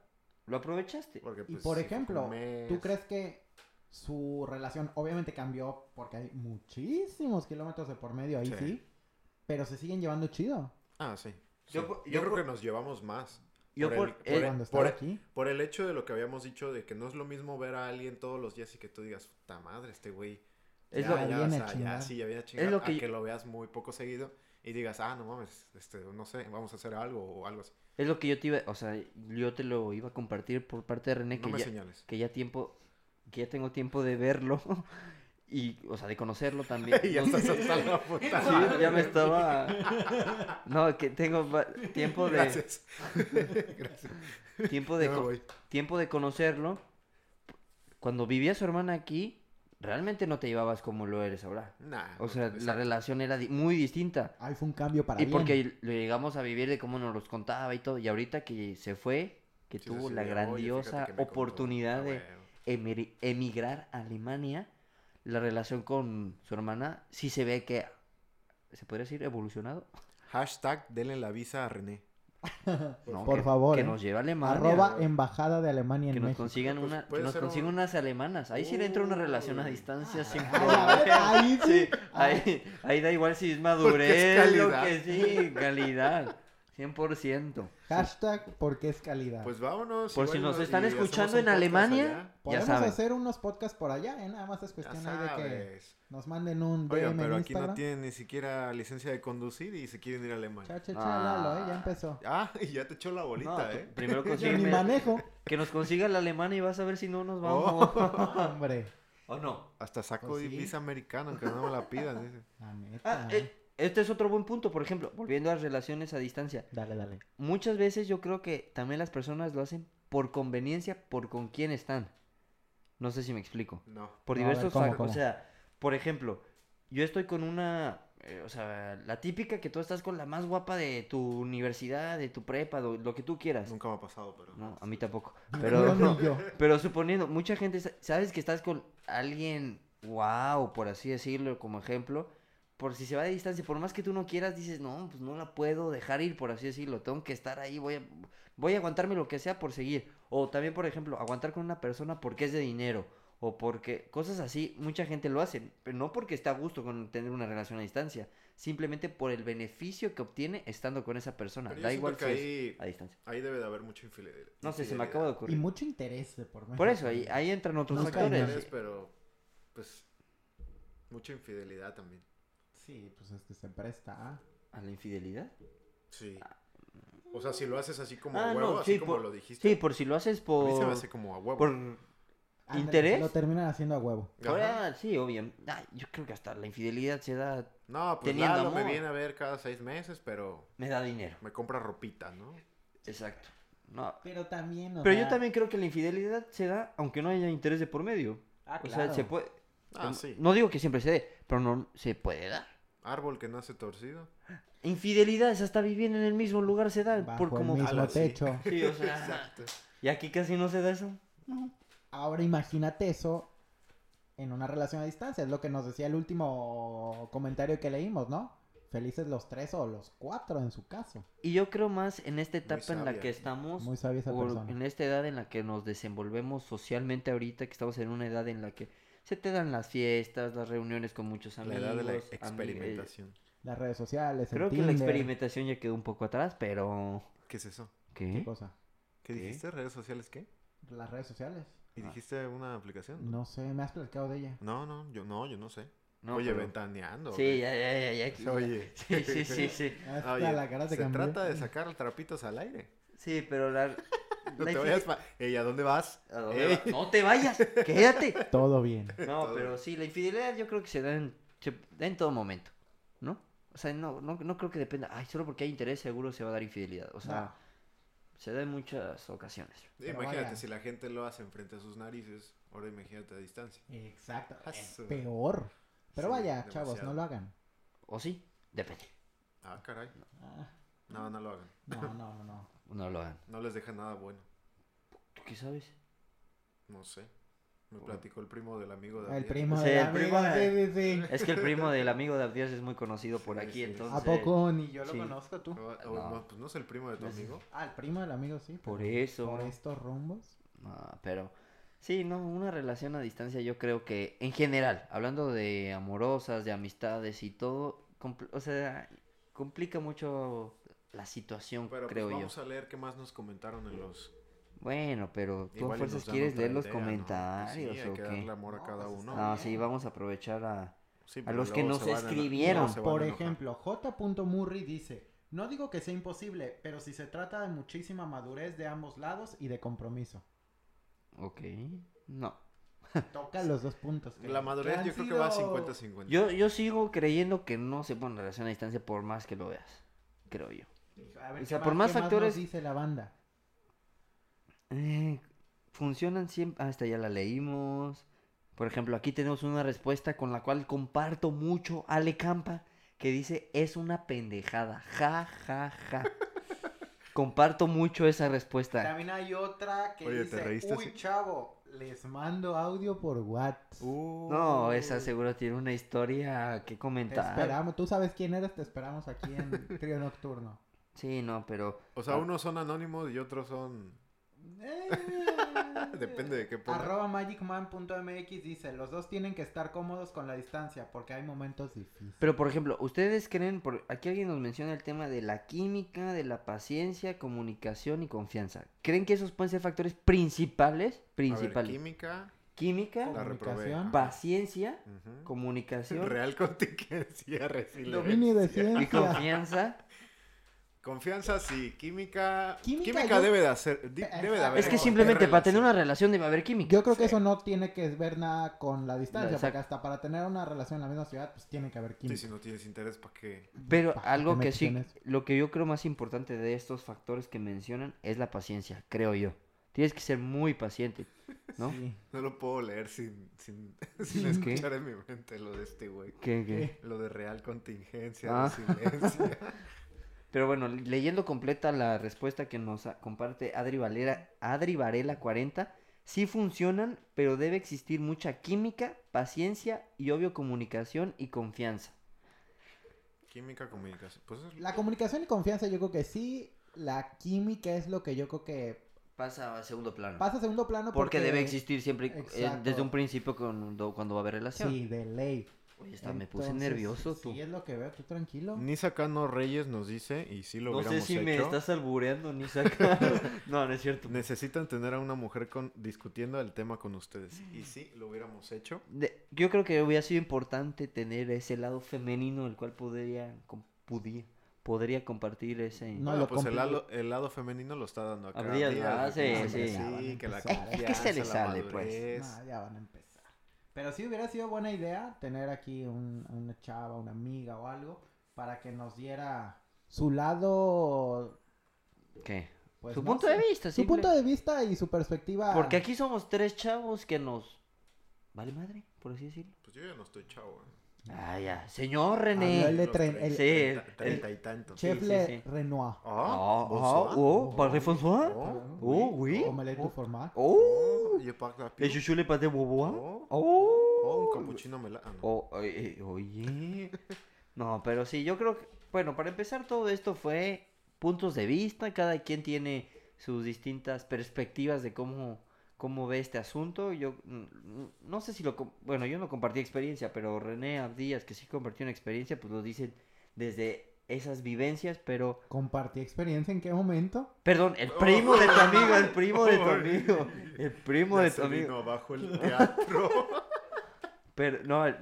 A: ¿Lo aprovechaste?
C: Porque,
B: Y
C: pues,
B: por
C: sí fue como
B: ejemplo,
C: un
B: ¿tú
C: mes.
B: crees que su relación obviamente cambió porque hay muchísimos kilómetros de por medio ahí sí,
C: Sí.
B: pero se siguen llevando chido
C: Ah, sí. sí.
A: Yo
C: Yo,
A: por- yo
C: creo
A: por-
C: que nos llevamos más.
A: Yo
C: por
A: por,
C: el- por
A: eh,
B: cuando
C: por-
B: estaba aquí.
C: Por el hecho de lo que habíamos dicho de que no es lo mismo ver a alguien todos los días y que tú digas, puta madre, este güey.
A: Es
C: ya,
A: lo-
C: ya,
B: Viene
C: o
B: a
C: sea, ya,
B: chingar.
C: sí, ya viene a chingar.
A: lo que
C: a
A: yo-
C: que lo veas muy poco seguido y digas, ah, no mames, este, no sé, vamos a hacer algo o algo así.
A: es lo que yo te iba, o sea, yo te lo iba a compartir por parte de René
C: No
A: que
C: me
A: ya,
C: señales.
A: que ya tiempo, que ya tengo tiempo de verlo y, o sea, de conocerlo también.
C: y ya
A: No-
C: estás hasta la puta
A: Sí,
C: madre.
A: ya me estaba. No, que tengo va- tiempo de
C: Gracias.
A: tiempo
C: Ya
A: de
C: me
A: co-
C: voy.
A: tiempo de conocerlo. Cuando vivía su hermana aquí, realmente no te llevabas como lo eres ahora.
C: Nah,
A: O
C: no,
A: sea, la
C: Ah, exacto.
A: relación era di- muy distinta.
B: Ahí fue un cambio para
A: Y
B: bien.
A: porque lo llegamos a vivir de cómo nos los contaba y todo. Y ahorita que se fue, que
C: Sí,
A: tuvo
C: sí,
A: la
C: de, "Oye,
A: grandiosa
C: fíjate que me contó".
A: oportunidad
C: Ah,
A: de
C: bueno.
A: emiri- emigrar a Alemania, la relación con su hermana sí se ve que, ¿se podría decir evolucionado?
C: Hashtag denle la visa a René.
A: No,
B: Por
A: que-
B: favor,
A: Que
B: ¿eh?
A: nos lleve a Alemania.
B: arroba
C: güey.
B: embajada de Alemania
A: Que
B: en
A: nos
B: México
A: consigan,
C: Pues
A: una, que
C: puede
A: nos
C: ser
A: consigan
C: un-
A: unas alemanas. Ahí sí le entra una relación a
C: Uy.
A: distancia sin
B: Ah,
A: problema.
B: ahí sí.
A: Ahí, ahí da igual si es
C: Porque es
A: madurez, lo
C: calidad.
A: que sí, calidad. 100%.
B: hashtag porque es calidad
C: Pues vámonos.
A: Por si
C: igual
A: nos
C: y
A: están
C: hacemos
A: escuchando
C: un
A: en
C: podcast
A: Alemania,
C: allá.
B: podemos
A: saben.
B: hacer unos podcasts por allá ¿eh? nada más es cuestión ahí de que
C: sabes.
B: nos manden un DM
C: Oigan,
B: en
C: pero aquí
B: Instagram
C: no tienen ni siquiera licencia de conducir y se quieren ir a Alemania.
B: Chao, chao, chao,
A: Ah.
B: Lalo, ¿eh? ya empezó
C: Ah, y ya te echó la bolita,
A: No, tú-
C: ¿eh?
A: Primero
B: yo ni
A: consígueme.
B: manejo
A: Que nos consiga la alemana y vas a ver si no nos vamos.
B: Oh. hombre
A: ¿O no?
C: Hasta saco
B: Pues sí.
C: visa americana, aunque no me la pidan. dice.
B: la neta
A: Ah, eh, este es otro buen punto, por ejemplo, volviendo a las relaciones a distancia.
B: dale dale
A: Muchas veces yo creo que también las personas lo hacen por conveniencia, por con quién están. No sé si me explico.
C: No.
A: Por
B: No, a ver,
A: diversos
B: ¿cómo,
A: factores.
B: cómo?
A: O sea, por ejemplo, yo estoy con una. eh, o sea, la típica que tú estás con la más guapa de tu universidad, de tu prepa, do- lo que tú quieras.
C: Nunca me ha pasado, pero.
A: No, a mí tampoco.
B: Yo
A: Pero,
B: ni yo.
A: pero suponiendo, mucha gente. sa- Sabes que estás con alguien wow, por así decirlo, como ejemplo. Por si se va de distancia, por más que tú no quieras, dices, no, pues no la puedo dejar ir, por así decirlo. Tengo que estar ahí, voy a, voy a aguantarme lo que sea por seguir. O también, por ejemplo, aguantar con una persona porque es de dinero. O porque cosas así, mucha gente lo hace. Pero no porque está a gusto con tener una relación a distancia. Simplemente por el beneficio que obtiene estando con esa persona.
C: Pero yo
A: da
C: siento
A: igual
C: que
A: si es
C: ahí,
A: a distancia.
C: ahí debe de haber mucha infidelidad.
A: No sé, se me acaba de ocurrir.
B: y mucho interés de por medio
A: Por eso, ahí, ahí entran otros
B: Los
C: Muchos
A: factores.
C: factores, pero. Pues. Mucha infidelidad también.
B: Sí, pues es que se presta. ¿ah?
A: ¿A la infidelidad?
C: Sí. O sea, si lo haces así como
A: Ah,
C: a
A: no,
C: huevo, así
A: sí,
C: como
A: por-
C: lo dijiste.
A: Sí, por si lo haces
C: A mí se me
A: por...
C: hace como a huevo.
A: por...
B: Ándale,
A: ¿Interés?
B: Lo terminan haciendo a huevo.
A: por-
C: Ajá.
A: ah, sí, obviamente. Ah, yo creo que hasta la infidelidad se da...
C: No, pues
A: Teniendo
C: Lalo me
A: amor.
C: viene a ver cada seis meses, pero
A: Me da dinero.
C: me compra ropita, ¿no?
A: Exacto. No.
B: Pero también. o
A: Pero yo
B: sea,
A: también creo que la infidelidad se da aunque no haya interés de por medio.
B: Ah,
A: O sea,
B: claro.
A: se puede...
C: Ah,
A: em,
C: sí.
A: No digo que siempre se dé, pero no se puede dar.
C: Árbol que nace torcido.
A: Infidelidad es hasta vivir en el mismo lugar se da.
B: Bajo
A: por como...
B: el mismo
C: Ala, sí.
B: techo.
A: Sí, o sea,
C: Exacto.
A: Y aquí casi no se da eso.
B: Ahora imagínate eso en una relación a distancia. Es lo que nos decía el último comentario que leímos, ¿no? Felices los tres o los cuatro en su caso.
A: Y yo creo más en esta
C: Muy
A: etapa en la
C: sabia.
A: que estamos...
B: Muy sabia esa
A: por-
B: persona.
A: en esta edad en la que nos desenvolvemos socialmente ahorita, que estamos en una edad en la que se te dan las fiestas, las reuniones con muchos
C: La
A: amigos.
C: edad de la
A: amigues.
C: experimentación.
B: Las redes sociales. el
A: Creo que la
B: Tinder,
A: experimentación ya quedó un poco atrás, pero...
C: ¿Qué es eso?
B: ¿Qué
A: ¿Qué?
B: cosa?
C: ¿Qué
A: ¿Qué?
C: dijiste? ¿Redes sociales qué?
B: Las redes sociales.
C: ¿Y
A: Ah.
C: dijiste una aplicación?
B: No sé, me has platicado de ella.
C: No, no, yo no, yo no sé.
A: No,
C: Oye,
A: pero-
C: ventaneando.
A: Sí, ya, ya, ya, ya, ya.
C: Oye.
A: Sí, sí, sí, sí.
B: Hasta
C: Oye,
B: la cara te
C: se
B: cambió.
C: trata de sacar trapitos al aire.
A: Sí, pero la... la
C: No te
A: infidelidad-
C: vayas Eh. pa- Ey, ¿a dónde vas?
A: ¿A dónde
C: Ey.
A: va? No te vayas, quédate.
B: Todo bien.
A: No, pero sí, la infidelidad yo creo que se da en, se da en todo momento, ¿no? O sea, no, no, no creo que dependa. Ay, solo porque hay interés seguro se va a dar infidelidad. O sea,
B: No.
A: Se da en muchas ocasiones.
C: Sí,
B: Pero
C: imagínate,
B: vaya.
C: si la gente lo hace enfrente a sus narices, ahora imagínate a distancia.
B: Exacto. Es
C: Asu.
B: peor. Pero
C: Ah, Sí,
B: vaya, chavos,
C: demasiado.
B: no lo hagan.
A: O sí, depende.
C: Ah, caray.
B: Ah,
C: No, no lo hagan.
B: No, no, no, no.
A: No lo hagan.
C: No les deja nada bueno.
A: ¿Tú qué sabes?
C: No sé. Me
A: Bueno.
C: platicó el primo del amigo de
B: El
C: Abdiel.
B: primo
A: Sí,
B: de
A: el
B: la
A: primo
B: amiga,
A: de-
B: sí, sí, sí.
A: Es que el primo del amigo de Abdias es muy conocido por
C: Sí,
A: aquí,
C: sí. ¿A
A: entonces.
B: ¿A poco? Ni yo lo
A: sí.
B: conozco, tú.
C: O- o-
A: Ah, No.
C: no, pues no es el primo de tu
A: No es-
C: amigo.
B: Ah, el primo del amigo, sí.
A: Por
B: pero
A: eso.
B: Por estos rumbos.
A: Ah, pero sí, no, una relación a distancia yo creo que en general, hablando de amorosas, de amistades y todo, compl- o sea, complica mucho la situación,
C: Pero pues
A: creo yo.
C: vamos a leer qué más nos comentaron en los.
A: Bueno, pero tú
C: Igual
A: a
C: y
A: fuerzas
C: nos dan
A: quieres
C: otra
A: leer los
C: idea, ¿no? Pues sí,
A: comentarios
C: hay
A: o
C: que
A: qué.
C: darle amor a
B: No,
C: cada
B: pues
C: uno.
B: está
A: Ah, sí,
B: bien.
A: vamos a aprovechar a...
C: Sí,
A: A
C: pero
A: los que
C: luego
A: no
C: se
A: se
C: van a eno-
A: escribieron.
C: luego se van
B: Por
C: a enojar.
B: ejemplo, J. Murray dice, no digo que sea imposible, pero si se trata de muchísima madurez de ambos lados y de compromiso.
A: Ok, no.
B: Toca los dos puntos. que-
C: La madurez
B: que han
C: yo creo que va
B: sido-
C: 50-50.
A: Yo, yo sigo creyendo que no se pone relación a distancia por más que lo veas, creo yo.
B: A
A: O
B: ver,
A: sea,
B: ¿qué
A: por más
B: qué nos
A: factores-
B: dice la banda.
A: Eh, funcionan siempre. Ah, esta ya la leímos. Por ejemplo, aquí tenemos una respuesta con la cual comparto mucho Ale Campa, que dice, es una pendejada. Ja, ja, ja. comparto mucho esa respuesta.
B: También hay otra que
C: Ah. Oye, ¿te
B: dice,
C: reíste
B: uy
C: así?
B: chavo, les mando audio por WhatsApp.
C: Uh.
A: No, esa seguro tiene una historia que
B: Te
A: comentar.
B: esperamos, tú sabes quién eres, te esperamos aquí en Trío Nocturno.
A: Sí, no, pero
C: O sea, unos son anónimos y otros son. Depende de qué ponga.
B: Eh. Arroba magicman.mx dice, los dos tienen que estar cómodos con la distancia porque hay momentos difíciles.
A: Pero por ejemplo, ustedes creen, por... aquí alguien nos menciona el tema de la química, de la paciencia, comunicación y confianza. ¿Creen que esos pueden ser factores principales?
C: A ver,
A: Principales.
C: química,
A: química,
C: la reprobé.
B: Comunicación.
C: Ajá.
A: paciencia,
C: Ujú.
A: comunicación
C: Real contingencia,
B: Dominio de
C: resiliencia.
A: y
B: ciencia.
A: confianza.
C: Confianza, sí. Química.
B: Química,
C: Química,
B: yo-
C: debe de hacer. di- debe de haber.
A: Eh, es que
B: Pero,
A: simplemente para tener una relación
C: relación.
A: debe haber química.
B: Yo creo que eso no tiene que ver nada con la distancia,
A: Exacto.
B: porque hasta para tener una relación en la misma ciudad, pues tiene que haber
C: Sí,
B: química.
C: si no tienes interés, ¿para qué?
A: Pero
B: ¿Para qué
A: algo
B: te
A: que
B: metes
A: sí,
B: en eso?
A: lo que yo creo más importante de estos factores que mencionan es la paciencia, creo yo. Tienes que ser muy paciente, ¿no?
B: Sí.
C: No lo puedo leer sin, sin, sin
B: ¿Qué?
C: escuchar en mi mente lo de este güey.
A: Que- que-
B: Eh.
C: Lo de real contingencia,
A: Ah.
C: resiliencia.
A: Pero bueno, leyendo completa la respuesta que nos a- comparte Adri, Valera, Adri Varela 40, sí funcionan, pero debe existir mucha química, paciencia y obvio comunicación y confianza.
C: Química, comunicación. Pues es-
B: La comunicación y confianza yo creo que sí, la química es lo que yo creo que
A: Pasa a segundo plano.
B: pasa a segundo plano
A: porque, debe existir siempre eh,
B: Exacto.
A: desde un principio cuando, cuando va a haber relación.
B: Sí, de ley.
A: Oye, hasta me puse
B: Entonces,
A: nervioso tú.
B: Sí, es lo que veo, tú tranquilo.
C: Nisa Cano Reyes nos dice, y si lo
A: No sé
C: hubiéramos
A: si me
C: hecho,
A: estás albureando ni sacando. no, no es cierto.
C: necesitan tener a una mujer con, discutiendo el tema con ustedes. Y si lo hubiéramos hecho,
A: De- yo creo que hubiera sido importante tener ese lado femenino el cual podría, com- pudía- podría compartir ese...
B: No,
C: Ah,
B: lo
C: pues el
B: compli-
C: lado, el lado femenino lo está dando acá.
A: Habría- ah,
C: de que
A: sí,
C: no sé
A: sí.
C: qué,
B: Ya van a
C: que la
B: empezar.
A: Es que se le
C: confianza, la
A: sale, pues.
C: madurez.
B: No, ya van a empezar. Pero sí hubiera sido buena idea tener aquí un- una chava, una amiga o algo para que nos diera su lado.
A: ¿Qué?
B: Pues,
A: su
B: no
A: punto
B: sé,
A: de vista,
B: Su
A: simple.
B: punto de vista y su perspectiva.
A: Porque aquí somos tres chavos que nos... ¿Vale madre? Por así decirlo.
C: Pues yo ya no estoy chavo. ¿eh?
A: Ah, ya. Señor
B: Habló el
A: René.
B: de
C: Los
B: tren-
C: treinta-
B: el-
A: Sí, el-
C: Treinta y tantos.
A: Che-
B: Chef
A: sí,
B: Le
A: sí.
B: Renoir.
A: Ah, ah, oh, Parlez François.
C: Oh,
A: Oh, oui.
B: Omelette
A: Oh.
B: du format.
A: ¡Oh!
C: oh, je parle
A: ¿Le
C: rapide.
A: chuchu le pâté bobois?
C: Oh. Oh,
A: ¡Oh!
C: un capuchino me la... ah, no.
A: Oh, eh, eh, oye. No, pero sí, yo creo que. Bueno, para empezar, todo esto fue puntos de vista. Cada quien tiene sus distintas perspectivas de cómo, cómo ve este asunto. Yo mm, mm, no sé si lo. com- Bueno, yo no compartí experiencia, pero René Abdías, que sí compartió una experiencia, pues lo dice desde esas vivencias, pero.
B: Compartí experiencia en qué momento.
A: Perdón, el primo de tu amigo, el primo de tu
C: Oh.
A: amigo, el primo
C: Ya
A: de tu
C: se vino
A: amigo.
C: abajo el teatro. Ah,
A: Pero, no, el,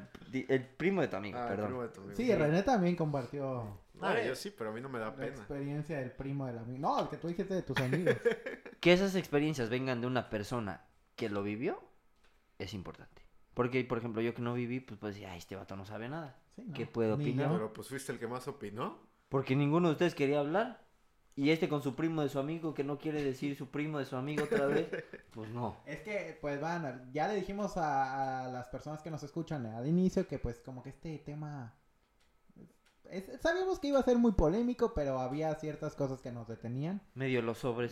A: el primo de tu amigo,
C: Ah, el primo
A: perdón.
C: de tu amigo.
B: Sí, eh. René también compartió
C: Ah, yo sí, pero a mí no me da
B: la
C: pena.
B: experiencia del primo del amigo. No, el que tú dijiste de tus amigos.
A: que esas experiencias vengan de una persona que lo vivió es importante. Porque, por ejemplo, yo que no viví, pues pues decir, ay, este vato no sabe nada.
B: Sí, no,
A: ¿Qué puedo
B: ni
A: opinar?
B: yo.
C: Pero pues fuiste el que más opinó.
A: Porque ninguno de ustedes quería hablar. Y este con su primo de su amigo, que no quiere decir su primo de su amigo otra vez, pues no.
B: Es que, pues van, ya le dijimos a, a las personas que nos escuchan al inicio que pues como que este tema... es- sabíamos que iba a ser muy polémico, pero había ciertas cosas que nos detenían.
A: Medio lo sobre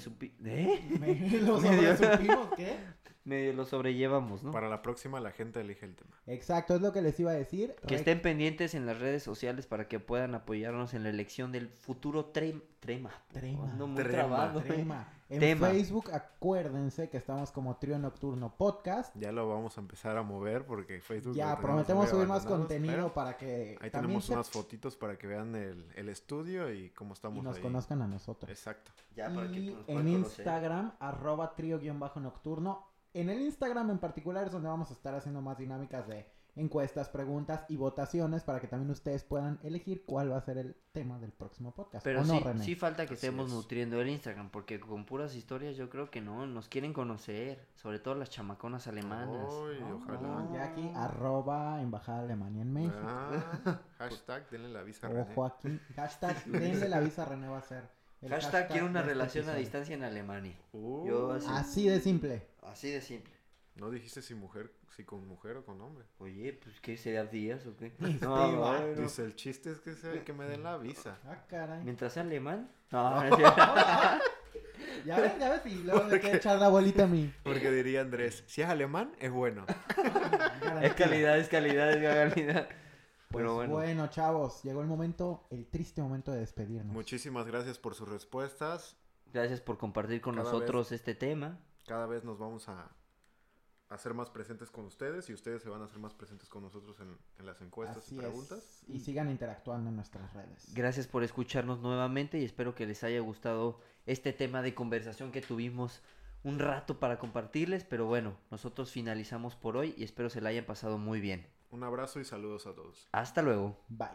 A: ¿eh?
B: Me- Los
A: Medio.
B: supimos que...
A: Medio lo sobrellevamos, ¿no?
C: Para la próxima la gente elige el tema.
B: Exacto, es lo que les iba a
A: Que
B: decir.
A: este
B: Rec-
A: estén pendientes en las redes sociales para que puedan apoyarnos en la elección del futuro tre- trema.
B: Trema.
A: Ando muy
C: Trema.
A: trabado, eh.
B: Tema. En
A: Tema.
B: Facebook, acuérdense que estamos como Trío Nocturno Podcast.
C: Ya lo vamos a empezar a mover porque Facebook... lo
B: Ya
C: tenemos
B: prometemos
C: medio
B: subir más
C: abandonados,
B: contenido
C: pero
B: para que también
C: Ahí tenemos
B: se-
C: unas fotitos para que vean el, el estudio y cómo
B: y
C: estamos
B: nos
C: ahí.
B: conozcan a nosotros.
C: Exacto.
A: Ya Ah, para que
B: y
A: nos puedan
B: en
A: conocer.
B: Instagram, arroba trío-nocturno. En el Instagram en particular es donde vamos a estar haciendo más dinámicas de encuestas, preguntas y votaciones para que también ustedes puedan elegir cuál va a ser el tema del próximo podcast.
A: Pero
B: ¿O no,
A: sí,
B: René?
A: sí falta que
C: Así
A: estemos
C: es.
A: nutriendo el Instagram, porque con puras historias yo creo que no, nos quieren conocer, sobre todo las chamaconas alemanas.
C: Ay,
A: No,
C: ojalá.
A: no,
B: Ya aquí, arroba embajada de Alemania en México.
C: Ah, hashtag, denle la visa a René.
B: Ojo aquí. Hashtag denle la visa René va a ser. el
A: Hashtag, quiero una
B: de este
A: relación a
B: episodio.
A: distancia en Alemania.
C: Uh,
A: Yo así-
B: Así de simple.
A: Así de simple.
C: No dijiste si mujer, si con mujer o con hombre.
A: Oye, pues ¿qué sería días o qué?
B: Este
A: No,
B: vato.
A: bueno.
C: Dice, el chiste es que, se- que me den la visa.
B: Ah, caray.
A: Mientras sea alemán. No, no es cierto.
B: Ya ves, ya ves, y luego me quiere echar la bolita a mí.
C: Porque diría Andrés, si es alemán, es bueno.
A: es calidad, es calidad, es calidad.
B: Pues
A: Pero bueno,
B: bueno, chavos, llegó el momento, el triste momento de despedirnos.
C: Muchísimas gracias por sus respuestas.
A: gracias por compartir con
C: Cada vez-
A: nosotros este tema.
C: Cada vez nos vamos a hacer más presentes con ustedes y ustedes se van a hacer más presentes con nosotros en, en las encuestas
B: Así
C: y
B: es.
C: preguntas.
B: Y sigan interactuando en nuestras redes.
A: Gracias por escucharnos nuevamente y espero que les haya gustado este tema de conversación que tuvimos un rato para compartirles. Pero bueno, nosotros finalizamos por hoy y espero se la hayan pasado muy bien.
C: Un abrazo y saludos a todos.
A: Hasta luego.
B: Bye.